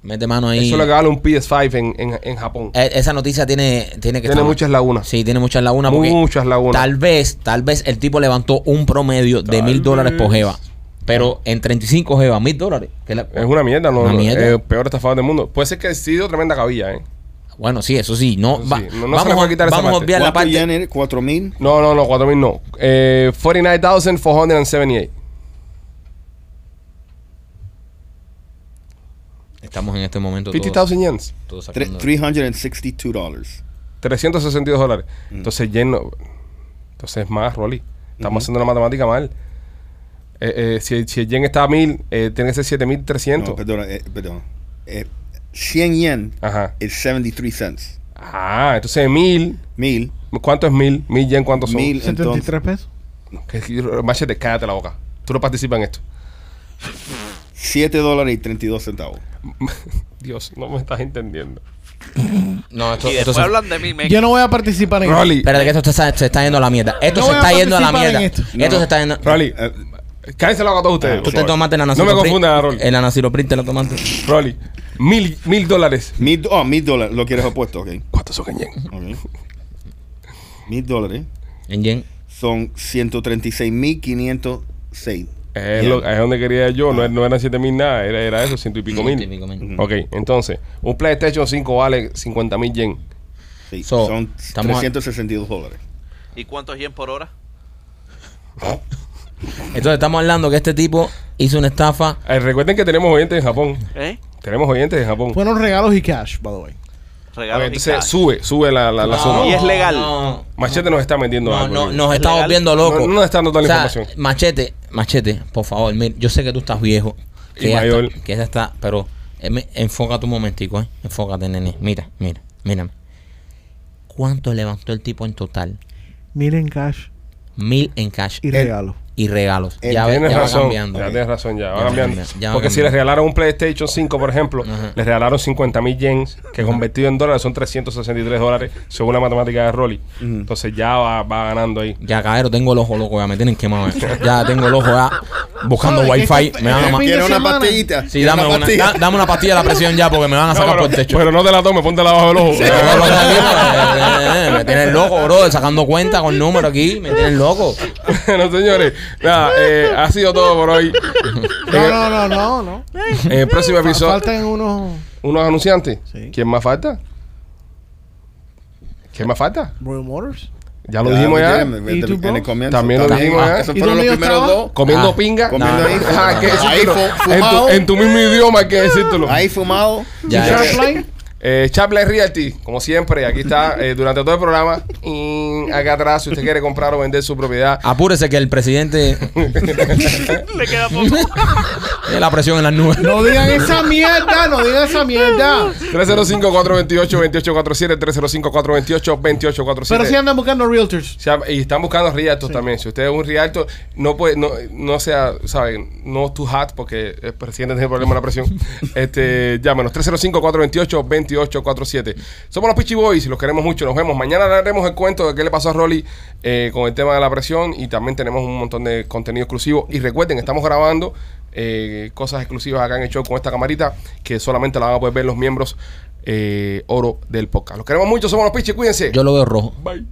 D: Mete mano ahí.
C: Eso es lo que vale un PS5 en, en, en Japón.
D: Eh, Esa noticia tiene, tiene que
C: Tiene
D: estar-
C: muchas lagunas.
D: Sí, tiene muchas lagunas. Ah, porque-
C: muchas lagunas.
D: Tal vez, tal vez el tipo levantó un promedio de
C: Tal
D: mil dólares por
C: vez.
D: jeva. Pero en 35 jeva, mil dólares. que la-
C: Es una mierda, ¿no?
D: Una mierda.
C: Es el peor estafador del mundo. Puede ser que ha sido tremenda cabilla, ¿eh?
D: Bueno, sí, eso sí. No,
C: Eso
D: va-
C: sí, no- no se le
D: vamos,
C: puede
D: a-
C: quitar esa
D: vamos a
C: parte.
D: obviar la parte.
G: ¿Cuánto yen era? 4000.
C: No, no, no, 4.000 no. Eh, 49.478.
D: Estamos en este momento. todos-
C: 50.000 yens.
D: todos
G: Tre-
D: sacando-
G: $362.
C: 362 dólares.
G: Mm.
C: Entonces, yen no- Entonces, es más, Rolly. Estamos haciendo la matemática mal. Eh, eh, si, si el yen está a 1000, eh, tiene que ser
G: No,
C: 7.300.
G: perdón, eh, perdón. Eh, 100 yen
C: Ajá.
G: es 73 cents.
C: Ah, entonces 1000.
G: 1000,
C: ¿Cuánto es 1000? 1000 yen, ¿cuánto son?
G: 1000 entonces
E: 73 pesos.
C: Que- que- Machete, cállate la boca. Tú no participas en esto.
G: 7 dólares y 32 centavos.
C: Dios, no me estás entendiendo.
D: No, esto,
F: y
D: esto
F: después
D: se,
F: hablan de mí, men.
E: Yo no voy a participar en
C: Rolly,
D: espérate que esto te sa- se está yendo a la mierda. Esto
E: No
D: se
E: voy a
D: está yendo a la
E: participar en
D: mierda. Esto,
E: esto.
G: No.
D: se está yendo.
C: Rolly,
G: Eh,
C: cállense la boca todos ustedes.
D: Tú
C: por
D: te
C: favor.
D: tomaste el
C: No me confundas, Rolly.
D: El anaciloprint te lo tomaste.
C: Rolly, mil, mil dólares.
G: 1000 oh, 1000 dólares, lo quieres opuesto, ok.
C: ¿Cuántos son en yen?
G: okay. 1000 dólares
D: En yen.
G: son 136.506.
C: Es, lo- es donde quería yo, no, era- no eran 7 mil nada, era, era eso, ciento y pico mil.
H: Ciento y pico mil.
C: Ok, entonces, un PlayStation 5 vale 50 mil yen.
G: Sí,
H: So,
G: son
H: estamos a-
G: 362 dólares.
F: ¿Y cuántos yen por hora?
H: Entonces estamos hablando que este tipo hizo una estafa.
C: Eh, recuerden que tenemos oyentes en Japón.
F: ¿Eh?
C: Tenemos oyentes en Japón.
E: Fueron regalos y cash, by the way.
C: Ok,
F: Regalos y
C: entonces,
F: cash.
C: sube, sube la, la, la
H: No,
C: suma.
F: Ah, Y es legal.
H: No,
C: Machete nos está vendiendo
H: no,
C: algo.
H: no,
C: Luis.
H: nos estamos
F: legal.
H: viendo locos.
C: No, no está dando toda la información.
H: Machete, machete, por favor, mira, yo sé que tú estás viejo. Que
C: Y
H: ya
C: mayor.
H: Está, que ya está, pero eh, me- enfócate un momentico, ¿eh? Enfócate, nene. Mira, mira, mírame. ¿Cuánto levantó el tipo en total?
E: Miren cash
H: Mil en cash
E: y
H: y,
E: regalos.
H: regalos.
G: Eh,
H: Ya, ve-
C: Tienes
H: ya va
C: razón,
H: cambiando.
C: ya tienes razón, ya, va
H: Ya va
C: cambiando.
H: cambiando, ya va
C: Porque si
H: cambiando.
C: les regalaron un PlayStation 5, por ejemplo,
H: Ajá.
C: les regalaron 50 mil yens, que convertido en dólares son 363 dólares, según la matemática de Rolly. Entonces ya va, va ganando ahí.
H: Ya, cabrero, tengo el ojo loco, ya me tienen quemado. eh. Ya tengo el ojo ya buscando
E: Ay,
H: wifi.
E: que-
H: Me van a
E: que-
H: ma-
E: Fin de
G: ¿Quieres una
E: semana.
G: pastillita?
H: Sí,
G: ¿Quieres
H: dame una,
G: pastilla?
H: da- dame una pastilla de la presión ya porque me van a sacar
C: No,
H: por el
C: pero,
H: techo.
C: pero no te la tomes, póntela bajo el ojo.
H: eh, me tienen loco, bro, sacando cuenta con número aquí, me tienen loco.
C: bueno, señores, nada, eh, ha sido todo por hoy.
H: Eh,
E: No, no, no, no, no.
C: En el próximo
E: Fa-
C: episodio,
E: Faltan unos
C: unos anunciantes.
E: Sí.
C: ¿Quién más falta? ¿Quién más falta?
E: Royal Motors.
C: Ya lo dijimos ya.
E: ¿Y tú,
G: En
E: Bob?
G: el comienzo. ah,
C: También lo dijimos ya.
G: Esos
E: ¿Y
G: fueron
E: dónde
G: los
E: yo
G: primeros
E: estaba?
G: dos.
C: Comiendo
H: Ah,
C: pinga.
G: Comiendo
H: no,
G: ahí.
H: no,
C: Ajá,
H: no,
C: que
H: no.
C: eso
G: Ahí
C: tú lo-
G: fu-
C: en, tu,
G: fumado.
C: en tu mismo idioma hay que decírtelo.
G: Ahí fumado.
H: Ya, ya.
E: Charline.
C: Eh, Chaplin Realty, como siempre, aquí está eh, durante todo el programa. Y acá atrás, si usted quiere comprar o vender su propiedad,
H: Apúrese que el presidente
F: Le queda poco.
H: tiene la presión en las nubes.
E: No digan esa mierda, no digan esa mierda.
C: 305-428-2847, 305-428-2847.
E: Pero si andan buscando realtors.
C: O sea, y están buscando rialtos también. Si usted es un rialto, no puede, no, no sea, saben, no tu hat porque el presidente tiene problema de la presión. este, llámenos 305-428-2847. Somos los Pichi Boys, los queremos mucho, nos vemos. Mañana le haremos el cuento de qué le pasó a Rolly eh, con el tema de la presión y también tenemos un montón de contenido exclusivo. Y recuerden, estamos grabando eh, cosas exclusivas acá en el show con esta camarita que solamente la van a poder ver los miembros eh, oro del podcast. Los queremos mucho, somos los Pichi, cuídense.
H: Yo lo veo rojo.
C: Bye.